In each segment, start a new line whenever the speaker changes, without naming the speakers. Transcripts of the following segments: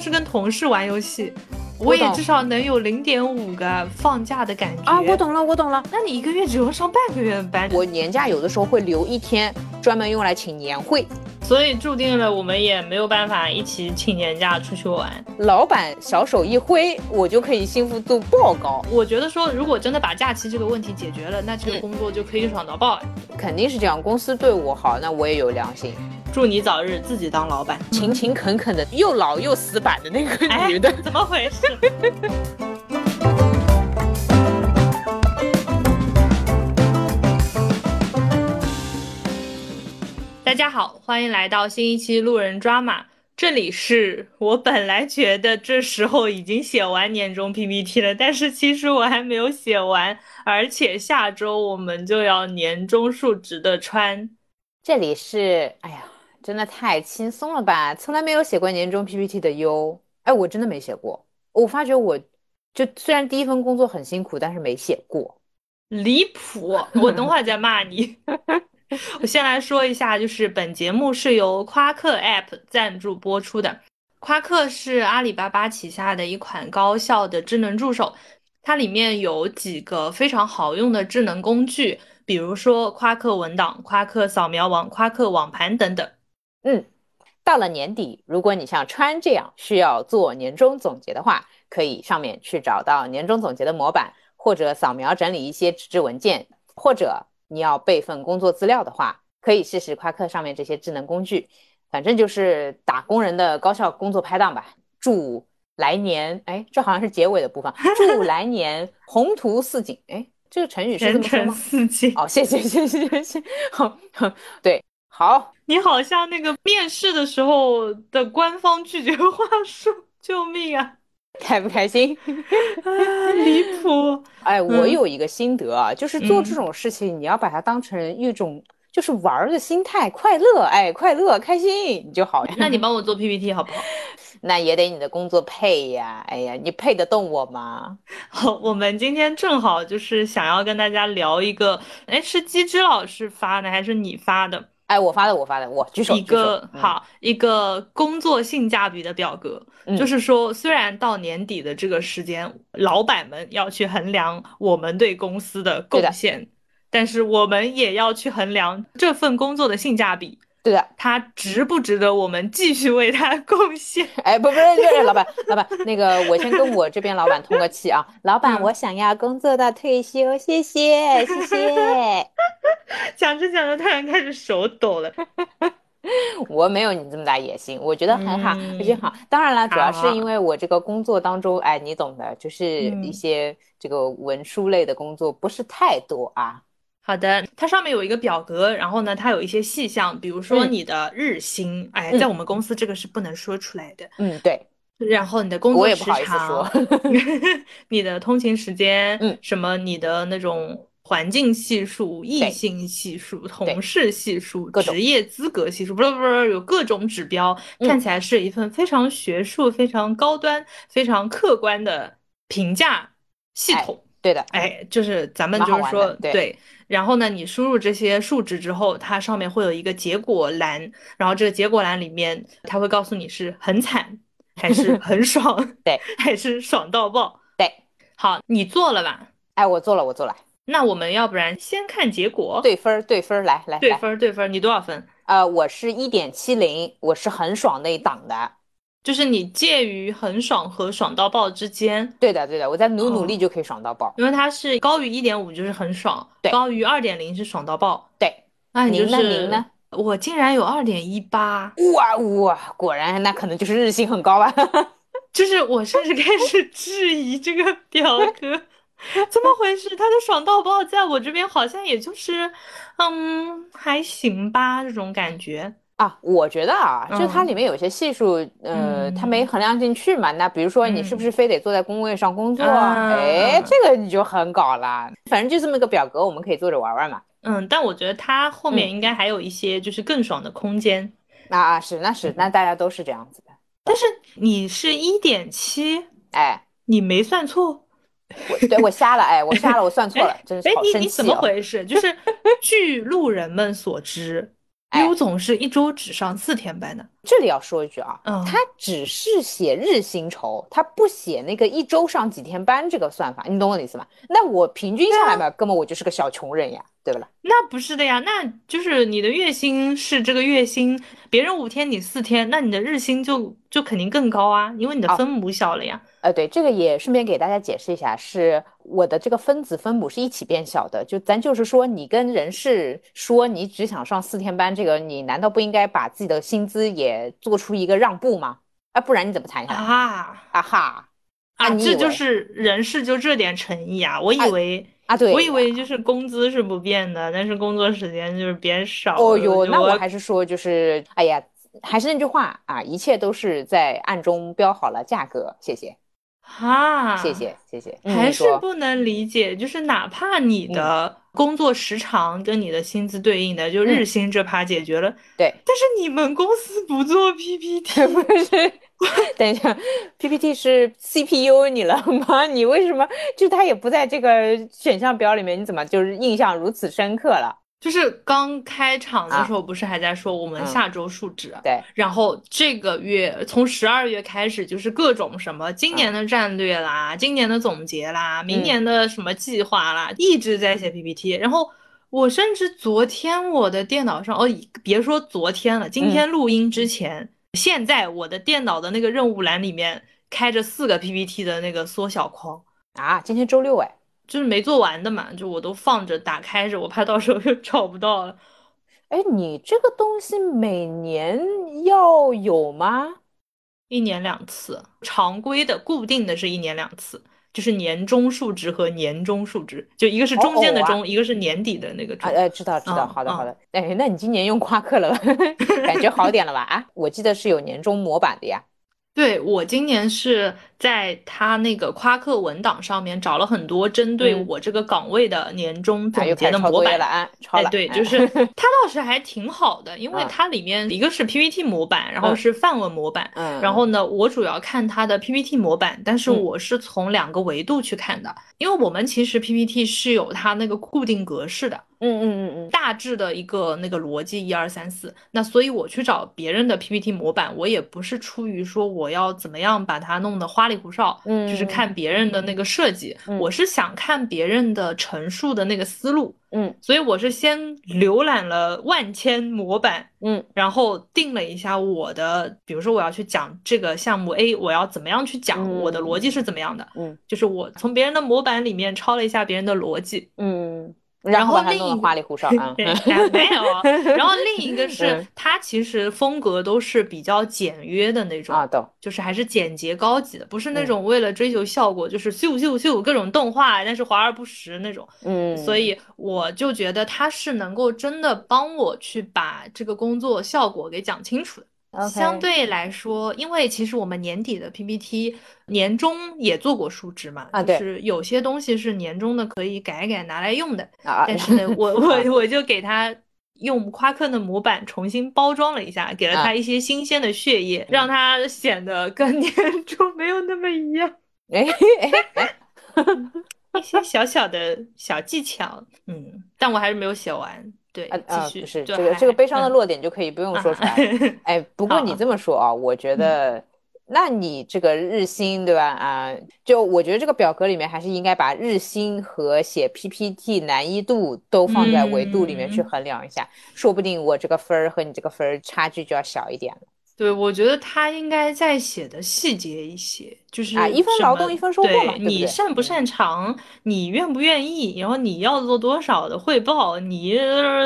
是跟同事玩游戏，我也
懂
至少能有零点五个放假的感觉
啊，我。懂了，我懂了。
那你一个月只用上半个月的班，
我年假有的时候会留一天，专门用来请年会。
所以注定了我们也没有办法一起请年假出去玩。
老板小手一挥，我就可以幸福度爆高，
我觉得说，如果真的把假期这个问题解决了，那这个
嗯
工作就可以爽到爆。
肯定是这样。公司对我好，那我也有良心。
祝你早日自己当老板。
勤勤恳恳的，又老又死板的那个
哎
女的，
怎么回事？大家好，欢迎来到新一期路人抓马。这里是我本来觉得这时候已经写完年终 PPT 了，但是其实我还没有写完，而且下周我们就要年终述职的穿。
这里是，哎呀，真的太轻松了吧！从来没有写过年终 PPT 的哟。哎，我真的没写过。我发觉我就虽然第一份工作很辛苦，但是没写过。
离谱！我等会儿再骂你。 我先来说一下，就是本节目是由夸克 App 赞助播出的。夸克是阿里巴巴旗下的一款高效的智能助手，它里面有几个非常好用的智能工具，比如说夸克文档、夸克扫描网、夸克网盘等等。
嗯，到了年底，如果你像川这样需要做年终总结的话，可以上面去找到年终总结的模板，或者扫描整理一些纸质文件，或者你要备份工作资料的话，可以试试夸克上面这些智能工具。反正就是打工人的高效工作拍档吧。祝来年，哎，这好像是结尾的部分。祝来年宏图似锦。哎，这个成语是这
人
么说
成
吗？
四锦，
哦，谢谢谢谢谢谢， 好，好对，好。
你好像那个面试的时候的官方拒绝话术， 救命 啊！
开不开心？
啊，离 谱！
哎，我
嗯
有一个心得啊，就是做
嗯
这种事情，你要把它当成一种就是玩儿的心态，快乐，哎，快乐，开心你就好。
那你帮我做 PPT 好不好？
那也得你的工作配呀，哎呀，你配得动我吗？
好，我们今天正好就是想要跟大家聊一个，哎，是鸡汁老师发的还是你发的？
哎，我发的，我发的，我举手，
一
举手
个，
嗯
好，一个工作性价比的表格，
嗯
就是说，虽然到年底的这个时间，老板们要去衡量我们对公司的
对的
贡献，但是我们也要去衡量这份工作的性价比，
对的，
它值不值得我们继续为它贡献。
哎，不不是，不是，老板，老板，那个我先跟我这边老板通个气啊， 老板，
嗯
我想要工作到退休，谢谢，谢 谢。
讲着讲着，突然开始手抖了。
我没有你这么大野心，我觉得很好，
嗯
我觉得好。当然了，主要
好
是因为我这个工作当中，哎，你懂的，就是一
嗯
些这个文书类的工作不是太多啊。
好的，它上面有一个表格，然后呢，它有一些细项，比如说
嗯
你的日薪，哎，
嗯
在我们公司这个是不能说出来的。
嗯，对，
然后你的工
我
作
也
时
不好意思说
长， 你的通勤时间，
嗯
什么你的那种环境系数、异
对
性系数、同事系数、
各种
职业资格系数，不是不是，有各种指标，
嗯
看起来是一份非常学术、非常高端、非常客观的评价系
哎
统。
对的，
哎，就是咱们
蛮
就
好
是说
玩的对
然后呢，你输入这些数值之后，它上面会有一个结果栏，然后这个结果栏里面，它会告诉你是很惨，还 是很爽，
对，
还是爽到爆。
对，
好，你做了吧？
哎，我做了，我做了，
那我们要不然先看结果，
对分儿，对分儿，来来
对
来，
分儿对分儿，你多少分？
呃，我是一点七零，我是很爽那一档的。
就是你介于很爽和爽到爆之间，
对的，对的，我再努努
哦
力就可以爽到爆。
因为它是高于一点五就是很爽，
对
高于二点零是爽到爆。
对，
那你就
您呢
是
您呢？
我竟然有二点一八。
哇哇，果然那可能就是日薪很高吧。
就是我甚至开始质疑这个表格，怎么回事？他的爽到爆在我这边好像也就是，嗯，还行吧这种感觉。
啊，我觉得啊，就它
嗯
里面有些系数，呃，它没
嗯
衡量进去嘛。那比如说，你是不是非得坐在工位上工作啊？
啊
哎，这个你就很搞啦。反正就这么一个表格，我们可以坐着玩玩嘛。
嗯，但我觉得他后
嗯
面应该还有一些就是更爽的空间。
啊啊，是，那是，那大家都是这样子的。
你是一点七，
哎，
你没算错。
我对我瞎了，哎，我瞎了，我算错了，真是
哎，
好
你
生
你怎
气
么
哦。
回事？就是据路人们所知，
哎
优总是一周只上四天班的。
这里要说一句啊，
嗯
它只是写日薪酬，它不写那个一周上几天班这个算法，你懂我的意思吗？那我平均下来
啊
吧，哥们，我就是个小穷人呀，对不啦？
那不是的呀，那就是你的月薪是这个月薪，别人五天你四天，那你的日薪就就肯定更高啊，因为你的
哦
分母小了呀。
呃，对，这个也顺便给大家解释一下，是我的这个分子分母是一起变小的。就咱就是说，你跟人事说你只想上四天班，这个你难道不应该把自己的薪资也做出一个让步吗？啊，不然你怎么谈下来？
啊
啊哈
啊，
你
这
以
就
为
是人事就这点诚意啊，我以
啊
为
啊，对，
我以为就是工资是不变的，但是工作时间就是变少
哦
了，
哟，
就
那我
我
还是说，就是哎呀，还是那句话啊，一切都是在暗中标好了价格。谢谢，
啊，
谢谢，谢谢。嗯
还
你
是
说
不能理解，就是哪怕你
嗯
的工作时长跟你的薪资对应的，就日
嗯
薪这趴解决了，
对，
但是你们公司不做 PPT，
不是，等一下，PPT 是 CPU 你了吗？你为什么就它也不在这个选项表里面？你怎么就是印象如此深刻了？
就是刚开场的
啊
时候不是还在说我们
嗯
下周述职，
对，
然后这个月从十二月开始就是各种什么今
嗯
年的战略啦，今年的总结啦，明年的什么计划啦，一直在
嗯
写 PPT。然后我甚至昨天我的电脑上，哦，别说昨天了，今
嗯
天录音之前，现在我的电脑的那个任务栏里面开着四个 PPT 的那个缩小框。
啊，今天周六哎，
就是没做完的嘛，就我都放着打开着，我怕到时候又 找不到了。
哎，你这个东西每年要有吗？
一年两次，常规的固定的是一年两次，就是年终述职和年终述职，就一个是中间的
哦
中，一个是年底的那个
啊，
中。
呃，知道知道，
嗯
好的
嗯
好的。哎，那你今年用夸克了吧？ 感觉好点了吧？啊，我记得是有年终模板的呀。
对，我今年是在他那个夸克文档上面找了很多针对
嗯
我这个岗位的年终
啊，
总
又
结
开
的
始抄
模
作业
板
了。啊，抄
哎，
了。
对，
哎
就是 它倒是还挺好的，因为
嗯
它里面一个是 PPT 模板，然后
嗯
是范文模板，
嗯，
然后呢，我主要看它的 PPT 模板，但是
嗯
我是从两个维度去看的，因为我们其实 PPT 是有它那个固定格式的，
嗯嗯嗯嗯，
大致的一个那个逻辑一二三四。那所以我去找别人的 PPT 模板，我也不是出于说我要怎么样把它弄得花里胡哨，
嗯
就是看别人的那个设计，
嗯
我是想看别人的陈述的那个思路。
嗯，
所以我是先浏览了万千模板，
嗯，
然后定了一下我的，比如说我要去讲这个项目 A，我要怎么样去讲，
嗯
我的逻辑是怎么样的，
嗯，
就是我从别人的模板里面抄了一下别人的逻辑，
嗯，然
然后
还
另
弄
一
得
个
花里胡哨啊。
对，哎没有。然后另一个是
嗯，
它其实风格都是比较简约的那种
啊，，懂。
就是还是简洁高级的，不是那
嗯
种为了追求效果，就是咻咻咻各种动画，但是华而不实那种。
嗯，
所以我就觉得它是能够真的帮我去把这个工作效果给讲清楚的。
OK
相对来说，因为其实我们年底的 PPT、年终也做过述职嘛，
啊
就
对
是有些东西是年终的可以改一改拿来用的，
啊，
但是呢，我
啊
我我就给他用夸克的模板重新包装了一下，给了
啊嗯
他一些新鲜的血液，让他显得跟年终没有那么一样，
哎哎
一些小小的小技巧。嗯，但我还是没有写完。对
啊，
继
啊，
续
不是
就
这个
还
这个悲伤的
嗯
落点就可以不用说出来了。
啊嗯
哎，不过你
好
这么说啊，我觉得，那你这个日薪对吧？啊，就我觉得这个表格里面还是应该把日薪和写 PPT 难易度都放在维度里面去
嗯
衡量一下，说不定我这个分儿和你这个分儿差距就要小一点了
对，我觉得他应该再写的细节一些，就是
啊。一分
什
劳动
么
一分收获嘛，对不
你
对？嗯
擅不擅长，你愿不愿意，然后你要做多少的汇报，你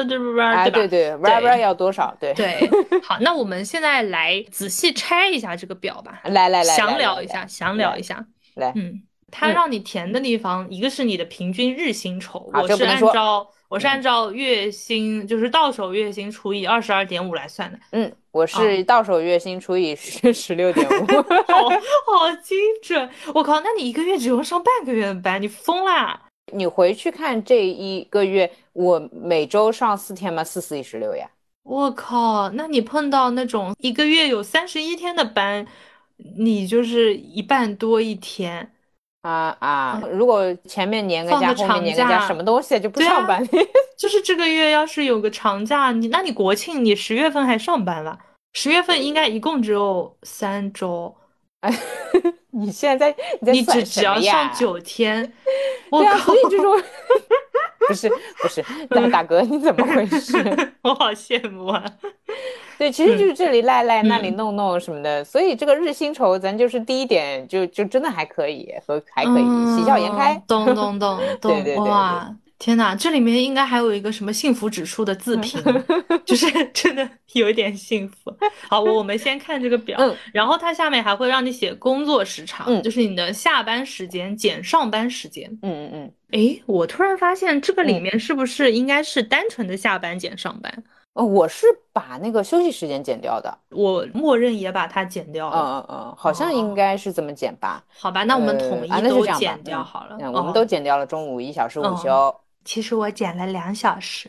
对不对
啊，
吧？
对对，ra ra 要多少？对，
对， 好，那我们现在来仔细拆一下这个表吧，
来来来，来
详
来
聊
来
一下，详聊
来
一下。
来
嗯，它
嗯
让你填的地方，一个是你的平均日薪酬，
啊
我
这
是
不能
按
说
照我是
嗯
按照月薪，就是到手月薪除以二十二点五来算的，
嗯，我
啊
是到手月薪除以十十六点五。
好好精准！我靠，那你一个月只用上半个月的班，你疯啦！
你回去看这一个月，我每周上四天嘛，四四一十六呀。
我靠，那你碰到那种一个月有三十一天的班，你就是一半多一天。
啊啊！如果前面年
嗯
个
放
假，
个
后面
长
年个假，
假
什么东西就不
对啊
上班。
就是这个月要是有个长假，你那你国庆你十月份还上班了？十月份应该一共只有三周，
你现在你在
你只
算
只
什么
要
呀
上九天，我
对啊，
靠
所以，这种 不是不是，大大哥你怎么回事？
我好羡慕啊！
对，其实就是这里赖赖，那里
嗯
弄弄什么的，所以这个日薪酬咱就是第一点就就真的还可以，和还可以，喜笑颜开
嗯，。懂 懂懂
对
懂，
对对
哇，天哪，这里面应该还有一个什么幸福指数的自 评，就是真的有一点幸福。好，我们先看这个表，
嗯
然后它下面还会让你写工作时长，
嗯
就是你的下班时间减上班时间。
嗯嗯嗯，
诶，我突然发现这个里
嗯
面是不是应该是单纯的下班减上班？
呃我是把那个休息时间减掉的，
我默认也把它减掉
嗯
了。
嗯嗯，好像应该是这么减吧？
好吧，那我们
呃
统一
啊，那就
都
这样吧
减掉
嗯
好了。
嗯，我们
哦
都减掉了中午一小时午
嗯
休
其实我减了两小时。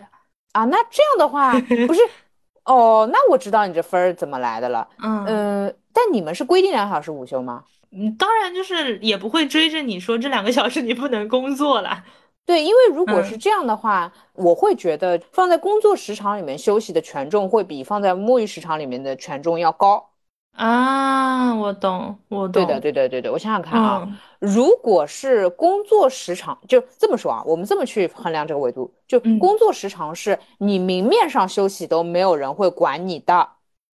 啊。那这样的话，不是哦？那我知道你这分儿怎么来的了。
嗯，
嗯，但你们是规定两小时午休吗？
嗯当然就是也不会追着你说这两个小时你不能工作了。
对，因为如果
嗯
是这样的话，我会觉得放在工作时长里面休息的权重会比放在摸鱼时长里面的权重要高。
啊，我懂，我
对的，
懂。
对的，对的。我想想看啊，
嗯
如果是工作时长，就这么说啊，我们这么去衡量这个维度，就
嗯
工作时长是你明面上休息都没有人会管你的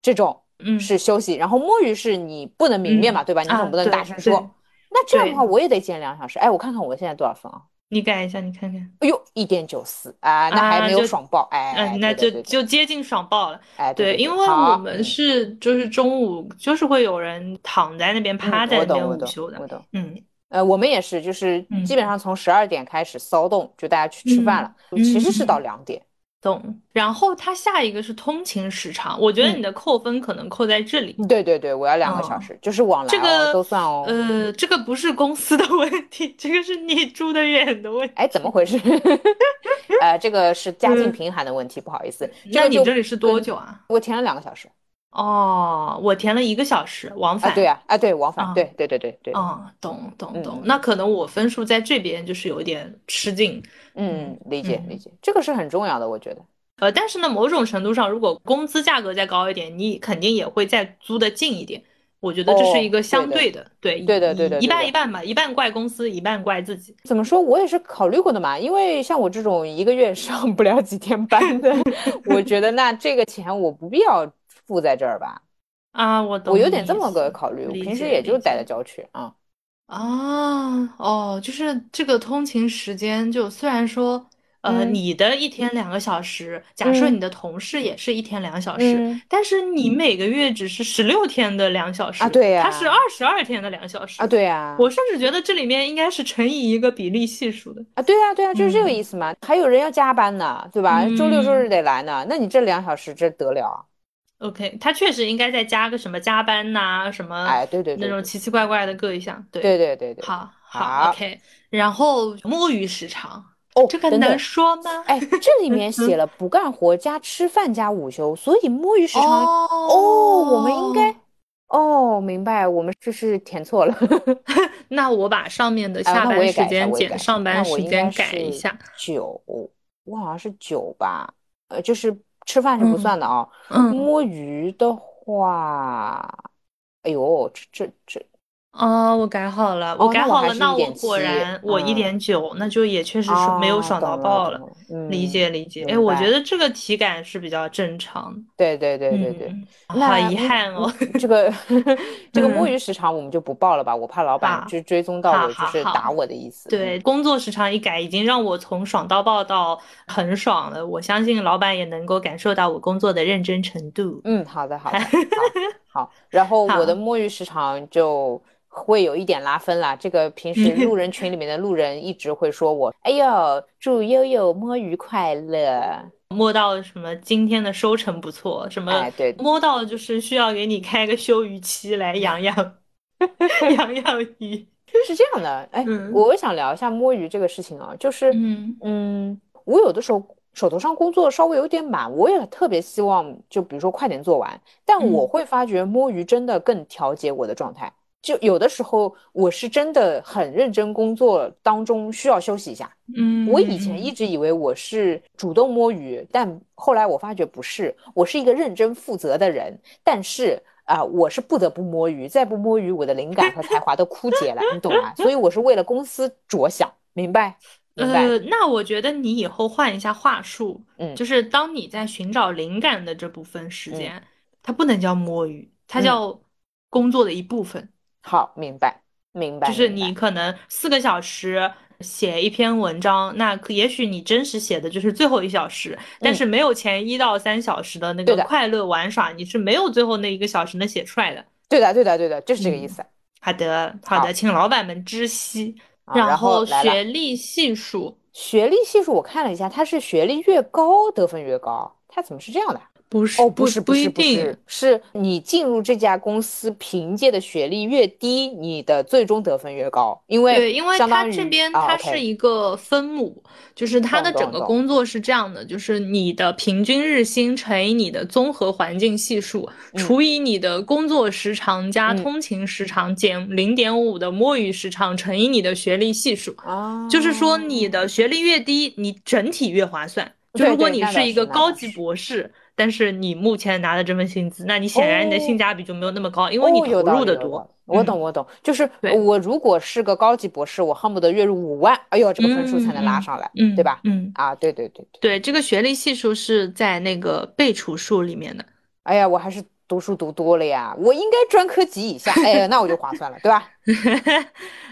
这种
嗯
是休息，然后摸鱼是你不能明面嘛，对吧？你
啊，
总不能大
对
声
对
说。那这样的
对
话，我也得减两小时。哎，我看看我现在多少分啊？
你改一下，你看看。
哎呦，一点九四啊，那还
啊
没有
就
爽爆，哎，
嗯，
对
那
对
就
对对，
就接近爽爆了。
哎，对
对，
对
因
对，
为我
好，
们
嗯
是就是中午就是会有人躺在那边
嗯，
趴在
我
那
懂
边
我
午
懂
休的。
我懂，
嗯
呃，我们也是，就是
嗯
基本上从十二点开始骚动，就大家去吃饭
嗯
了，其实是
嗯
到两点，
懂。然后它下一个是通勤时长，我觉得
嗯
你的扣分可能扣在这里。
对对对，我要两个小
嗯
时，就是往来
这
哦，
个
都算哦，
呃，这个不是公司的 问题，这个是你住得远的问题。
哎，怎么回事？ 呃，这个是家境
嗯
贫寒的问题，不好意思，这
那
个
你
就
这里是多
跟
久啊？
我填了两个小时
哦，我填了一个小时往
啊，
返。
对啊，啊对，往返，
啊
对对对对对，
啊，懂懂
嗯
懂
嗯。
那可能我分数在这边就是有一点吃劲。
嗯，理解理
嗯
解，这个是很重要的，我觉得。
呃，但是呢，某种程度上，如果工资价格再高一点，你肯定也会再租的近一点。我觉得这
哦
是一个相对
对
的，对，一
对的对的
一
对的
半一半吧，一半怪公司，一半怪自己。
怎么说？我也是考虑过的嘛，因为像我这种一个月 上不了几天班的，我觉得那这个钱我不必要付在这儿吧，
啊，我
我
懂
有
你
点这
意
么
思，
个考虑，我
理
平时
解
也
理
就待
解
在郊区啊，
啊，哦，就是这个通勤时间，就虽然说，呃，
嗯
你的一天两个小时，假设
嗯
你的同事也是一天两小时，
嗯啊
但是你每个月只是十六天的两小时，
对
他是
呀
二十二天的两小时
啊，，对呀
我甚至觉得这里面应该是乘以一个比例系数的。
啊，对呀对呀，就是这个
嗯
意思嘛。还有人要加班呢，对吧？周六周
嗯
日得来呢，那你这两小时这得了啊？
，OK，他确实应该再加个什么加班呐、什么
哎，对对
啊那
对
种
对
奇奇怪怪的各一项，对。
对对对对，
好好
好
，OK。然后摸鱼时长，
哦，
这个
等
能
等。
说吗？
哎，这里面写 了不干活加吃饭加午休，所以摸鱼时长哦，我们应该
哦，
哦，明白，我们这是填错了
那我把上面的下
啊，那我
班
也
时
改一下，
间
我也
减
改，
上
那
班
我
时
应该
间改一
是
下。
九，我好像是九吧，呃，就是吃饭是
嗯
不算的啊，
嗯，
摸鱼的话，哎呦，这这这，
哦，我改好了，我
哦，
改
那我
好
还
了。
是
那
一
我
点
果
七，
然我一
嗯，
点九，那就也确实是没有
啊，
爽到
懂了
爆
懂
了。
了，
理
嗯，
解理解，哎，
明
我觉
白。
得这个体感是比较正常的。
对对对对对，
嗯，好
那
遗
嗯
憾哦。
嗯，这个这个摸
嗯，
鱼时长我们就不报了吧，我怕老板
好，
就追踪到
好，
我，就
好，
是打
好。
我的意思。嗯，
对，工作时长一改，已经让我从爽到爆到很爽了。我相信老板也能够感受到我工作的认真程度。
嗯，好 的好的，好好。然后我的
好，
摸鱼时长就会有一点拉分啦。这个平时路人群里面的路人一直会说我，哎呦，祝悠悠摸鱼快乐。
摸到什么今天的收成不错，什么
哎，对，嗯
摸到就是需要给你开个休渔期来养养 养养鱼。
是这样的，哎，
嗯
我想聊一下摸鱼这个事情啊，就是，
嗯
嗯，我有的时候手头上工作稍微有点满，我也特别希望，就比如说快点做完，但我
嗯
会发觉摸鱼真的更调节我的状态。就有的时候我是真的很认真工作当中需要休息一下。
嗯，
我以前一直以为我是主动摸鱼，但后来我发觉不是，我是一个认真负责的人，但是啊、我是不得不摸鱼，再不摸鱼，我的灵感和才华都枯竭了，你懂吗？所以我是为了公司着想，明白？明白？
呃，那我觉得你以后换一下话术，
嗯
就是当你在寻找灵感的这部分时间，它不能叫摸鱼，它
嗯
叫工作的一部分。
好，明白，明白，
就是
明白
你可能四个小时写一篇文章，那可也许你真实写的就是最后一小时，但是没有前一到三小时的那
嗯对
个
的
快乐玩耍，你是没有最后那一个小时能写出来的。
对的，对的，对的，就是这个意
嗯
思。
好的，好
好
的，请老板们知悉。
啊
然
然后来了
学历系数
学历系数，我看了一下，它是学历越高得分越高，它怎么是这样的？
不是
哦，不是，
不
不
一
是，不
定
是，是你进入这家公司凭借的学历越低，你的最终得分越高，因为
对，因为
相
它
当于
这边
啊
它
OK
是一个分母，就是它
懂
的整
懂
个
懂
工作是这样的，就是你的平均日薪乘以你的综合环境系数，
嗯
除以你的工作时长加
嗯
通勤时长减零点五的摸鱼时长乘以你的学历系数。
啊，
就是说，你的学历越低，你整体越划算。就
对
如果
对
你
那倒
是一
是
个
那
高
倒
级
是
博士，但是你目前拿的这份薪资，那你显然你的性
哦
价比就没有那么高，因为你
哦，有
投
道
入
理
的
有道
多。
理我
嗯
懂，我懂，就是
对
我如果是个高级博士，我恨不得月入五万，哎呦，这个分数才能拉
嗯
上来，
嗯，
对吧？
嗯。
啊，对对对对，
对，这个学历系数是在那个被除数里面的。
哎呀，我还是读书读多了呀，我应该专科及以下，哎呀，那我就划算了，对吧？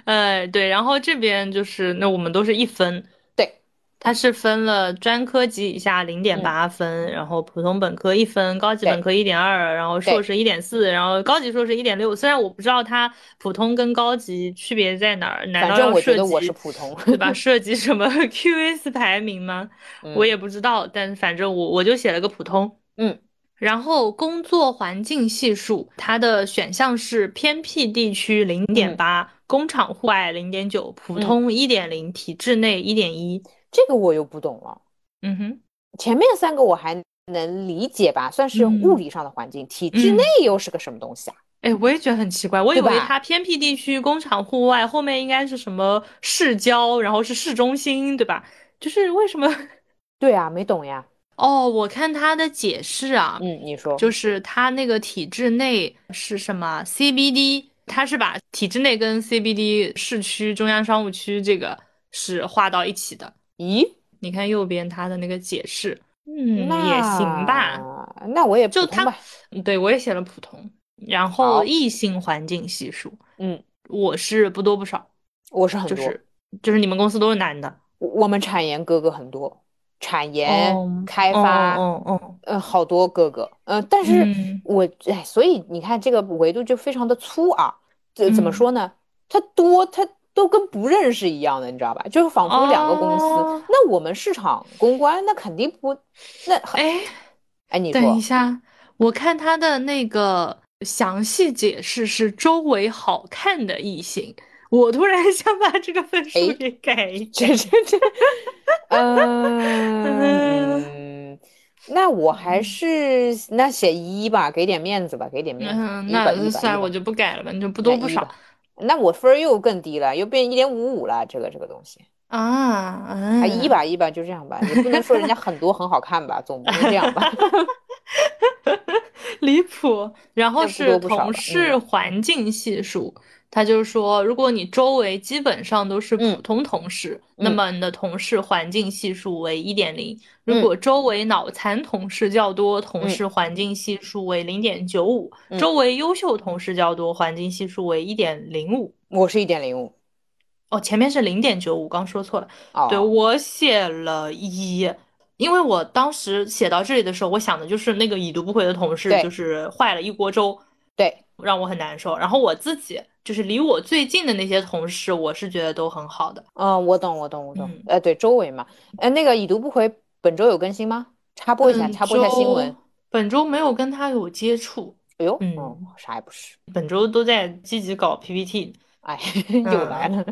呃，对，然后这边就是，那我们都是一分，
对，
它是分了专科及以下零点八分，然后普通本科一分，高级本科一点二，然后硕士一点四，然后高级硕士一点六。虽然我不知道它普通跟高级区别在哪儿，难
反
道
正
要
我觉
涉
得我
及
是普通，
对吧？涉及什么 QS 排名吗？ 我
嗯
也不知道，但反正我我就写了个普通。
嗯，
然后工作环境系数，它的选项是偏僻地区零点八，工厂户外零点九，普通一点零，体制内一点一。
这个我又不懂了。
嗯哼，
前面三个我还能理解吧，算是
嗯
物理上的环境，体制内又是个什么东西啊？
哎，我也觉得很奇怪，我以
对吧
为它偏僻地区、工厂户外后面应该是什么市郊，然后是市中心，对吧？就是为什么？
对啊，没懂呀。
哦，我看它的解释啊，
嗯，你说，
就是它那个体制内是什么 CBD，它是把体制内跟 CBD 市区、中央商务区这个是划到一起的。
咦，
你看右边它的那个解释，嗯，
那
也行吧。
那我也普
就
通
它
吧。，
嗯对，我也写了普通，然
好
后异性环境系数，
嗯，
我是不多不少，
我是很
就
多，
是就是你们公司都是男的。
我我们产研哥哥很多，产研
哦
开
哦
发，
哦哦，
呃，好多哥哥，呃，但是
嗯
我哎，所以你看这个维度就非常的粗啊，这怎么
嗯
说呢？它多，它都跟不认识一样的，你知道吧？就是仿佛两个公司。
哦
那我们市场公关，那肯定不，那很
哎。
哎，你
等一
说
下，我看他的那个详细解释是周围好看的异性，我突然 想把这个分数
哎
给改一改。
这这这， 嗯嗯，那我
嗯
还是那写一吧，给点面子吧，给点面子，
嗯，
一
那
吧一吧
算
一
了，我
吧，
就不改了吧，你就不
不
多不少。
那我分儿又更低了，又变一点五五了，这个这个东西。
啊，
啊，
嗯，
一吧一吧，就这样吧，也不能说人家很多很好看吧，总不能这样吧。
离谱。然后
那不
是
多不少嗯
同
吧
事环境系数，他就是说，如果你周围基本上都是
嗯
普通同事，
嗯
那么你的同事环境系数为一点零；
嗯
如果周围脑残同事较多，同
嗯
事环境系数为零点九五；
嗯
周围优秀同事较多，环境系数为一点零五。
我是一点零五
哦，前面是零点九五，刚说错了。对，
哦，
我写了一，因为我当时写到这里的时候，我想的就是那个已读不回的同事，
对
就是坏了一锅粥，
对，
让我很难受。然后我自己就是离我最近的那些同事，我是觉得都很好的。
嗯，我懂我懂我懂
嗯，
呃，对，周围嘛，呃，那个已读不回，本周有更新吗？插播一下，
本
插播一下新闻
周。嗯本周没有跟他有接触，
哎呦，
嗯
哦，啥也不是，
本周都在积极搞 PPT。
哎， 又来了。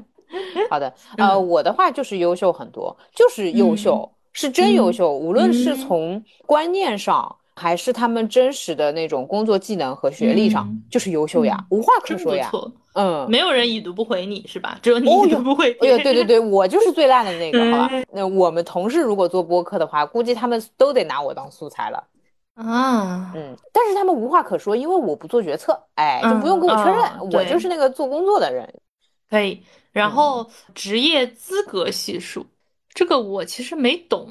好的，
嗯
呃，我的话就是优秀很多，就是优秀，是真优秀，无论是
嗯
从观念上，还是他们真实的那种工作技能和学历上
嗯，
就是优秀呀，无话可
真
说
不
呀。
错，
嗯，
没有人已读不回你是吧？只有你
哦
已
哟
读不回
哎
别
呦，
人。
对对对，我就是最烂的那个，好吧
嗯？
那我们同事如果做播客的话，估计他们都得拿我当素材了。
啊，
嗯，但是他们无话可说，因为我不做决策，哎，就
嗯
不用跟我确认，
嗯
我
对
就是那个做工作的人。
可以。然
嗯
后职业资格系数，这个我其实没懂，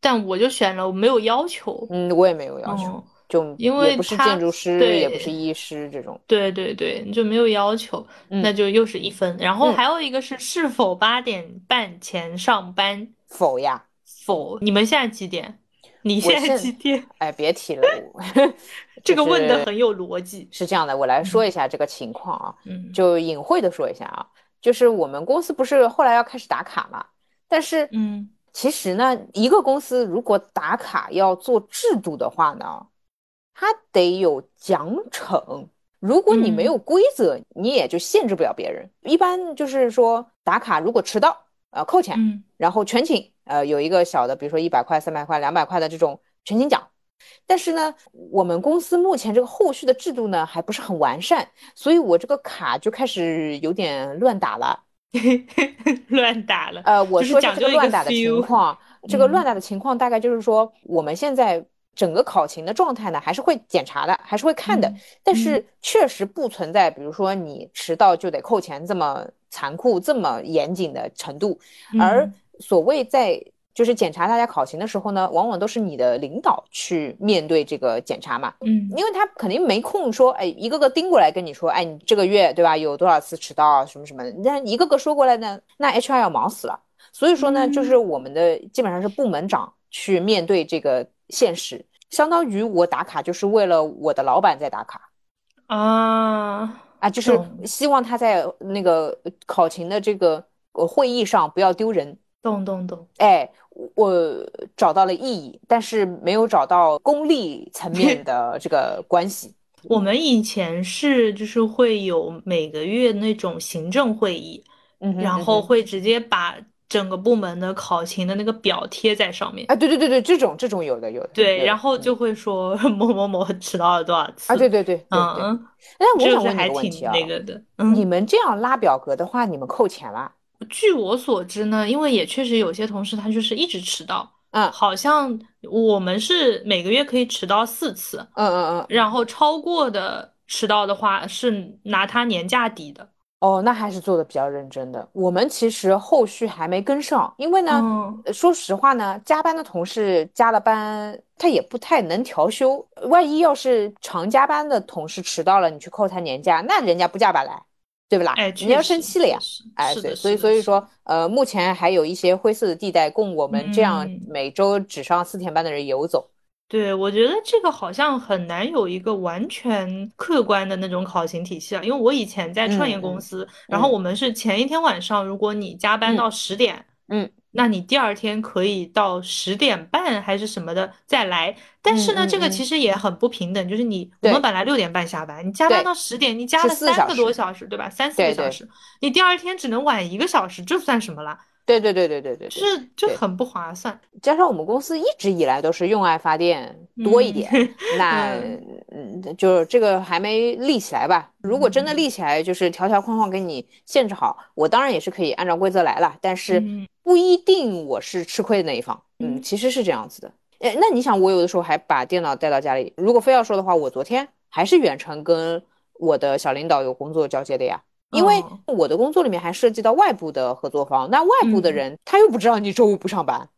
但我就选了我没有要求。
嗯，我也没有要求，
嗯，
就
因为
也不是
他
建筑师，
对
也不是医师这种。
对对对，你就没有要求，
嗯
那就又是一分。然后
嗯
还有一个是是否八点半前上班？
否呀？
否？你们现在几点？你
我
现在
现
几点？
哎，别提了， 我
这个
就
问的
是
很有逻辑。
是这样的，我来说一下这个情况啊，
嗯，
就隐晦的说一下啊，就是我们公司不是后来要开始打卡嘛，但是
嗯，
其实呢，一个公司如果打卡要做制度的话呢，它得有奖惩。如果你没有规则，你也就限制不了别人。一般就是说打卡如果迟到，呃，扣钱，
嗯
然后全勤，呃，有一个小的，比如说一百块、三百块、两百块的这种全勤奖。但是呢，我们公司目前这个后续的制度呢还不是很完善，所以我这个卡就开始有点乱打了。
乱打了。
呃，我
就是
说一下
讲
这
究
个
一
乱
个
打的情
feel
况，这个
嗯
乱打的情况大概就是说，我们现在整个考勤的状态呢，还是会检查的，还是会看的
嗯，
但是确实不存在，比如说你迟到就得扣钱这么残酷、这么严谨的程度。而
嗯
所谓在就是检查大家考勤的时候呢，往往都是你的领导去面对这个检查嘛，
嗯
因为他肯定没空说，哎，一个个盯过来跟你说，哎，你这个月对吧，有多少次迟到啊，什么什么的，但一个个说过来呢，那 HR 要忙死了。所以说呢，
嗯
就是我们的基本上是部门长去面对这个现实，相当于我打卡就是为了我的老板在打卡
啊，
啊，就是
懂
希望他在那个考勤的这个呃会议上不要丢人。
懂懂懂，
哎，我我找到了意义，但是没有找到功利层面的这个关系。
我们以前是就是会有每个月那种行政会议，
嗯哼，
然
嗯
后
哼
会直接把整个部门的考勤的那个表贴在上面。
啊，对对对对，这种这种有的有的，有
对，
的
然后
嗯
就会说某某某迟到了多少次。
啊，对对对对对。
嗯，
哎，我
这
想
个
问你
还
个问
挺
题啊，
那个的。
你
嗯，
们这样拉表格的话，你们扣钱啦？
据我所知呢，因为也确实有些同事他就是一直迟到，
嗯
好像我们是每个月可以迟到四次，
嗯嗯嗯，
然后超过的迟到的话是拿他年假抵的。
哦，那还是做的比较认真的。我们其实后续还没跟上，因为呢，
嗯
呃说实话呢，加班的同事加了班，他也不太能调休。万一要是常加班的同事迟到了，你去扣他年假，那人家不加班来，对不啦？
哎，
人家要
确
生
实
气了呀。
是
哎，
是
对，
的，
所以
是的
所以
是
说，呃，目前还有一些灰色的地带，供我们这样
嗯
每周只上四天班的人游走。
对，我觉得这个好像很难有一个完全客观的那种考勤体系啊，因为我以前在创业
嗯嗯
公司，然后
嗯
我们是前一天晚上，如果你加班到十点，
嗯，
那你第二天可以到十点半还是什么的再来，但是呢，
嗯嗯
这个
嗯
其实也很不平等，就是你我
对
们本来六点半下班，你加班到十点，你加了
14
三
小
个多
时
小时，对吧？三四
对
个小
对
时，你第二天只能晚一个小时，这算什么啦？
对对对对对对
就
对。
是就很不划算。
加上我们公司一直以来都是用爱发电多 一点，
嗯
那
嗯
嗯，就是这个还没立起来吧。如果真的
嗯
立起来，就是条条框框给你限制好，我当然也是可以按照规则来了，但是
嗯
不一定我是吃亏的那一方。嗯，
嗯
其实是这样子的。哎，那你想，我有的时候还把电脑带到家里，如果非要说的话，我昨天还是远程跟我的小领导有工作交接的呀。因为
哦
我的工作里面还涉及到外部的合作方，那外部的
嗯
人他又不知道你周五不上班，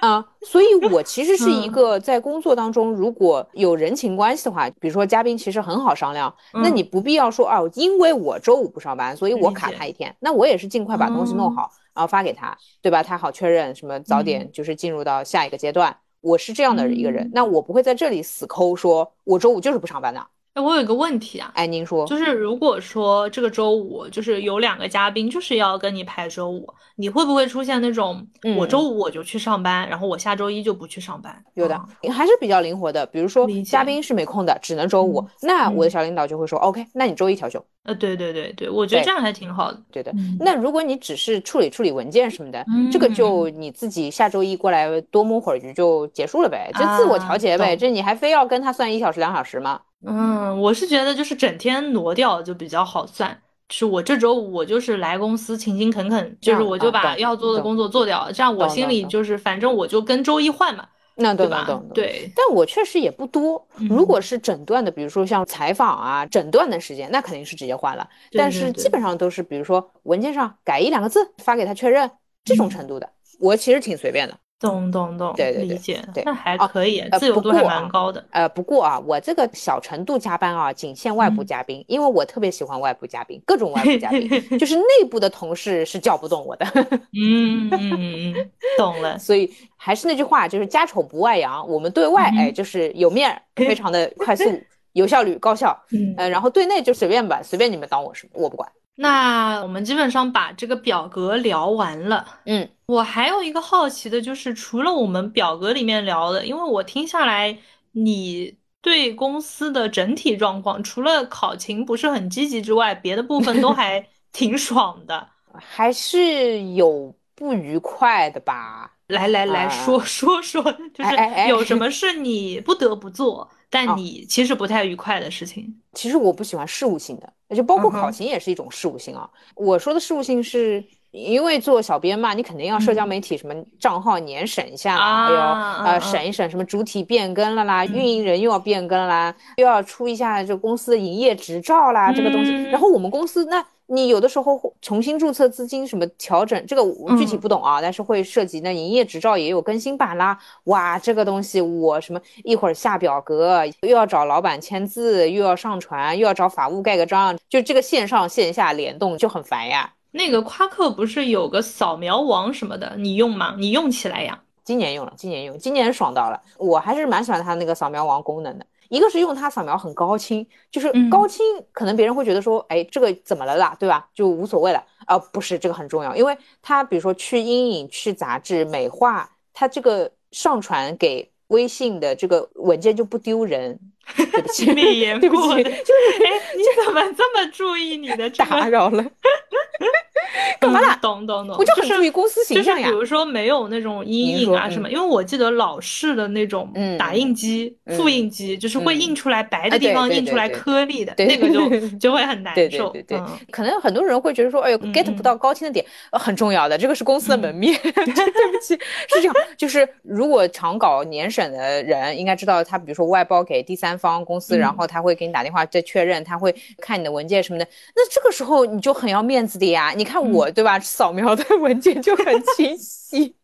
啊，所以我其实是一
嗯
个在工作当中，如果有人情关系的话，比如说嘉宾其实很好商量，那
嗯
你不必要说哦，因为我周五不上班，所以我
理
卡
解
他一天，那我也是尽快把东西弄
哦
好，然后发给他，对吧？他好确认什么早点
嗯
就是进入到下一个阶段，我是这样的一个人
嗯，
那我不会在这里死抠说我周五就是不上班的。
哎，我有一个问题啊，
哎，您说，
就是如果说这个周五就是有两个嘉宾，就是要跟你排周五，你会不会出现那种
嗯
我
嗯
周五我就去上班，然后我下周一就不去上班？
有的
啊，
还是比较灵活的，比如说
理
嘉
解
宾是没空的，只能周五
嗯，
那我的
嗯
小领导就会说，OK，那你周一调休。
呃，对对对对，我觉得
对
这样还挺好的。
对的，
嗯
那如果你只是处理处理文件什么的，这个就
嗯，
你自己下周一过来多摸会儿鱼就结束了呗，就自我调
啊
节呗。
懂
这你还非要跟他算一小时两小时吗？
嗯，我是觉得就是整天挪掉就比较好算。是我这周五我就是来公司勤勤恳恳，
啊
就是我就把要做的工作做掉，这样我心里就是反正我就跟周一换嘛。
那
对
吧？
对，嗯
但我确实也不多。如果是诊断的，比如说像采访啊、诊断的时间，那肯定是直接换了。但是基本上都是，比如说文件上改一两个字，发给他确认这
嗯
种程度的。我其实挺随便的。
懂懂懂，
对对
理解，
对，哦
那还可以，自由度还蛮高的。
呃，不过啊，我这个小程度加班啊，仅限外
嗯
部嘉宾，因为我特别喜欢外部嘉宾，各种外部嘉宾，就是内部的同事是叫不动我的。
嗯嗯嗯，懂了。
所以还是那句话，就是家丑不外扬。我们对外，哎，就是有面儿，非常的快速、有效率、高效。
嗯，
呃，然后对内就随便吧，随便你们当我什么，我不管。
那我们基本上把这个表格聊完了。
嗯，
我还有一个好奇的就是，除了我们表格里面聊的，因为我听下来，你对公司的整体状况，除了考勤不是很积极之外，别的部分 都还挺爽的，
还是有不愉快的吧？
来来来
啊
说说说，就是
哎哦哎
有什么是你不得不做，但你其实不太愉快的事情。
其实我不喜欢事务性的，就包括
嗯哼
考勤也是一种事务性啊。我说的事务性是。因为做小编嘛，你肯定要社交媒体什么账号年审一下啦，还有
嗯啊嗯
呃
啊
审一审什么主体变更了啦，运营人又要变更了啦，又要出一下这公司的营业执照啦，这个东西。
嗯
然后我们公司，那你有的时候会重新注册资金什么调整，这个我具体
嗯
不懂啊，但是会涉及那营业执照也有更新版啦，哇，这个东西我什么一会儿下表格，又要找老板签字，又要上传，又要找法务盖个章，就这个线上线下联动就很烦呀。
那个夸克不是有个扫描王什么的，你用吗？你用起来 呀？
今年用了，今年用，今年爽到了，我还是蛮喜欢它那个扫描王功能的。一个是用它扫描很高清，就是
嗯
高清，可能别人会觉得说，哎，这个怎么了啦，对吧？就无所谓了啊、不是这个很重要，因为它比如说去阴影、去杂志、美化，它这个上传给微信的这个文件就不丢人。对不起，
心里也
对不
过
起，
的
就
哎，你怎么这么注意你的这
打
个？
扰了，干嘛啦
嗯懂懂懂，
我就很
是
注意公司形象
就
呀
是比如说没有那种阴影啊
您说嗯
什么，因为我记得老式的那种
嗯
打印机、
嗯
复印机，就是会印出来白
啊
的地方
对对
印出来
对对
颗粒的，
对
那个 就就会很难
对对
受。
对对
嗯，
可能很多人会觉得说，哎呦
嗯
，get 不到高清的点、呃很重要的，这个是公司的门面。对
嗯
不起，是这样，就是如果常搞年审的人应该知道，他比如说外包给第三方公司，
嗯
然后他会给你打电话再确认，他会看你的文件什么的。那这个时候你就很要面子的呀，你看
嗯
我、对吧？扫描的文件就很清晰。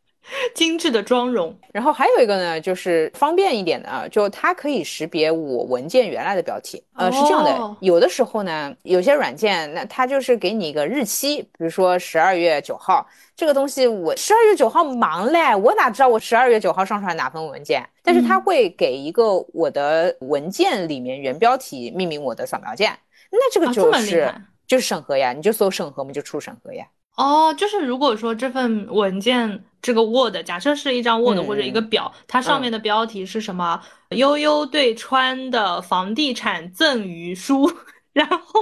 精致的妆容，
然后还有一个呢，就是方便一点的啊，就它可以识别我文件原来的标题。呃，是这样
哦
的，有的时候呢，有些软件那它就是给你一个日期，比如说十二月九号，这个东西我十二月九号忙嘞，我哪知道我十二月九号上传哪份文件？但是它
嗯
会给一个我的文件里面原标题命名我的扫描件，那这个
啊这
就
么厉
是、
害
就是审核呀，你就搜审核，我们就出审核呀。
哦，就是如果说这份文件这个 Word，假设是一张 Word
嗯
或者一个表，它上面的标题是什么？悠悠对川的房地产赠与书。 然后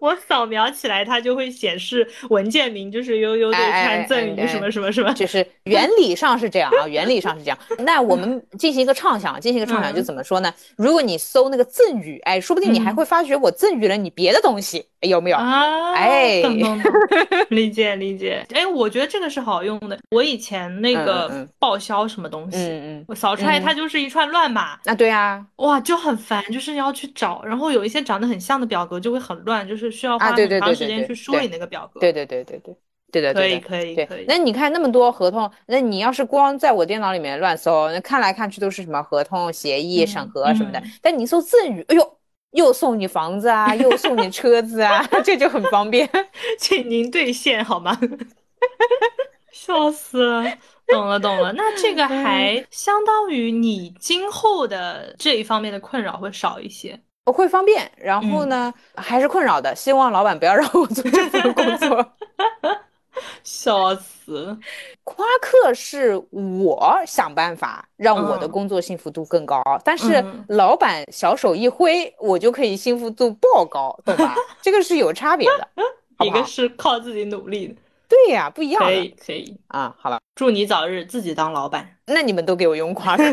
我扫描起来，它就会显示文件名就是悠悠对
哎
川赠与什么什么什么。
就是原理上是这样啊，原理上是这样。那我们进行一个畅想，进行一个畅想
嗯
就怎么说呢？如果你搜那个赠与，哎，说不定你还会发觉我赠予了你别的东西，哎有没有？
啊，
哎
懂 懂懂，理解理解。哎，我觉得这个是好用的。我以前那
嗯嗯
个
嗯
报销什么东西，
嗯嗯，
我扫出来
嗯
它就是一串乱码，
那对啊，
哇，就很烦，就是要去找，然后有一些长得很像的表格就会很乱，就是需要
啊
花
对
很
对
长
对
时
对
间
对
去梳理那个表格。
对对对对对对的
可
对
以
的。
可以
对
可以，
那你看那么多合同，那你要是光在我电脑里面乱搜，那看来看去都是什么合同、协议、
嗯
审核什么的
嗯。
但你搜赠与，哎呦，又送你房子啊，又送你车 子啊，这就很方便。
请您兑现好吗？ 笑死了，懂了懂了。那 这个还相当于你今后的这一方面的困扰会少一些。
我会方便，然
嗯
后呢、还是困扰的，希望老板不要让我做这份工作。
笑死，
夸克是我想办法让我的
嗯
工作幸福度更高，但是
嗯
老板小手一挥，我就可以幸福度爆高，懂吧？这个是有差别的，好
一
不
个
好？
是靠自己努力的，
对呀、不一样
可
的
以可以。
啊。好了，
祝你早日自己当老板。
那你们都给我用夸克。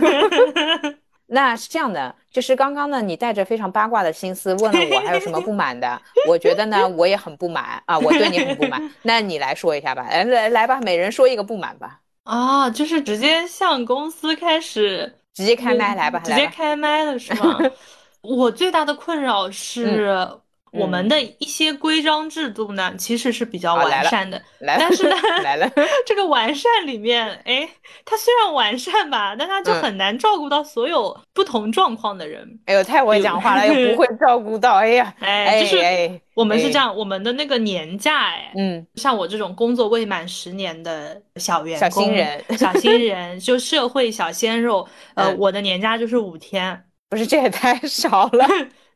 那是这样的，就是刚刚呢，你带着非常八卦的心思问了我还有什么不满的，我觉得呢，我也很不满啊，我对你很不满。那你来说一下吧，来来来吧，每人说一个不满吧，
啊，就是直接向公司开始
直接开麦来吧，
嗯直接
来吧。嗯
开麦了是 吗？我最大的困扰是，我们的一些规章制度呢，其实是比较
好来
完
了
善的，
来了，
但是呢
来了，
这个完善里面，哎，它虽然完善吧，但它就
嗯
很难照顾到所有不同状况的人。
哎呦，太会讲话了，又 不会照顾到，哎呀，
哎，
哎
就是
哎，
我们是
哎
这样，我们的那个年假，哎，
嗯，
像我这种工作未满十年的小员
小新
工、
人
小新人，就社会小鲜 肉，呃，
嗯
我的年假就是五天，
不是，这也太少了，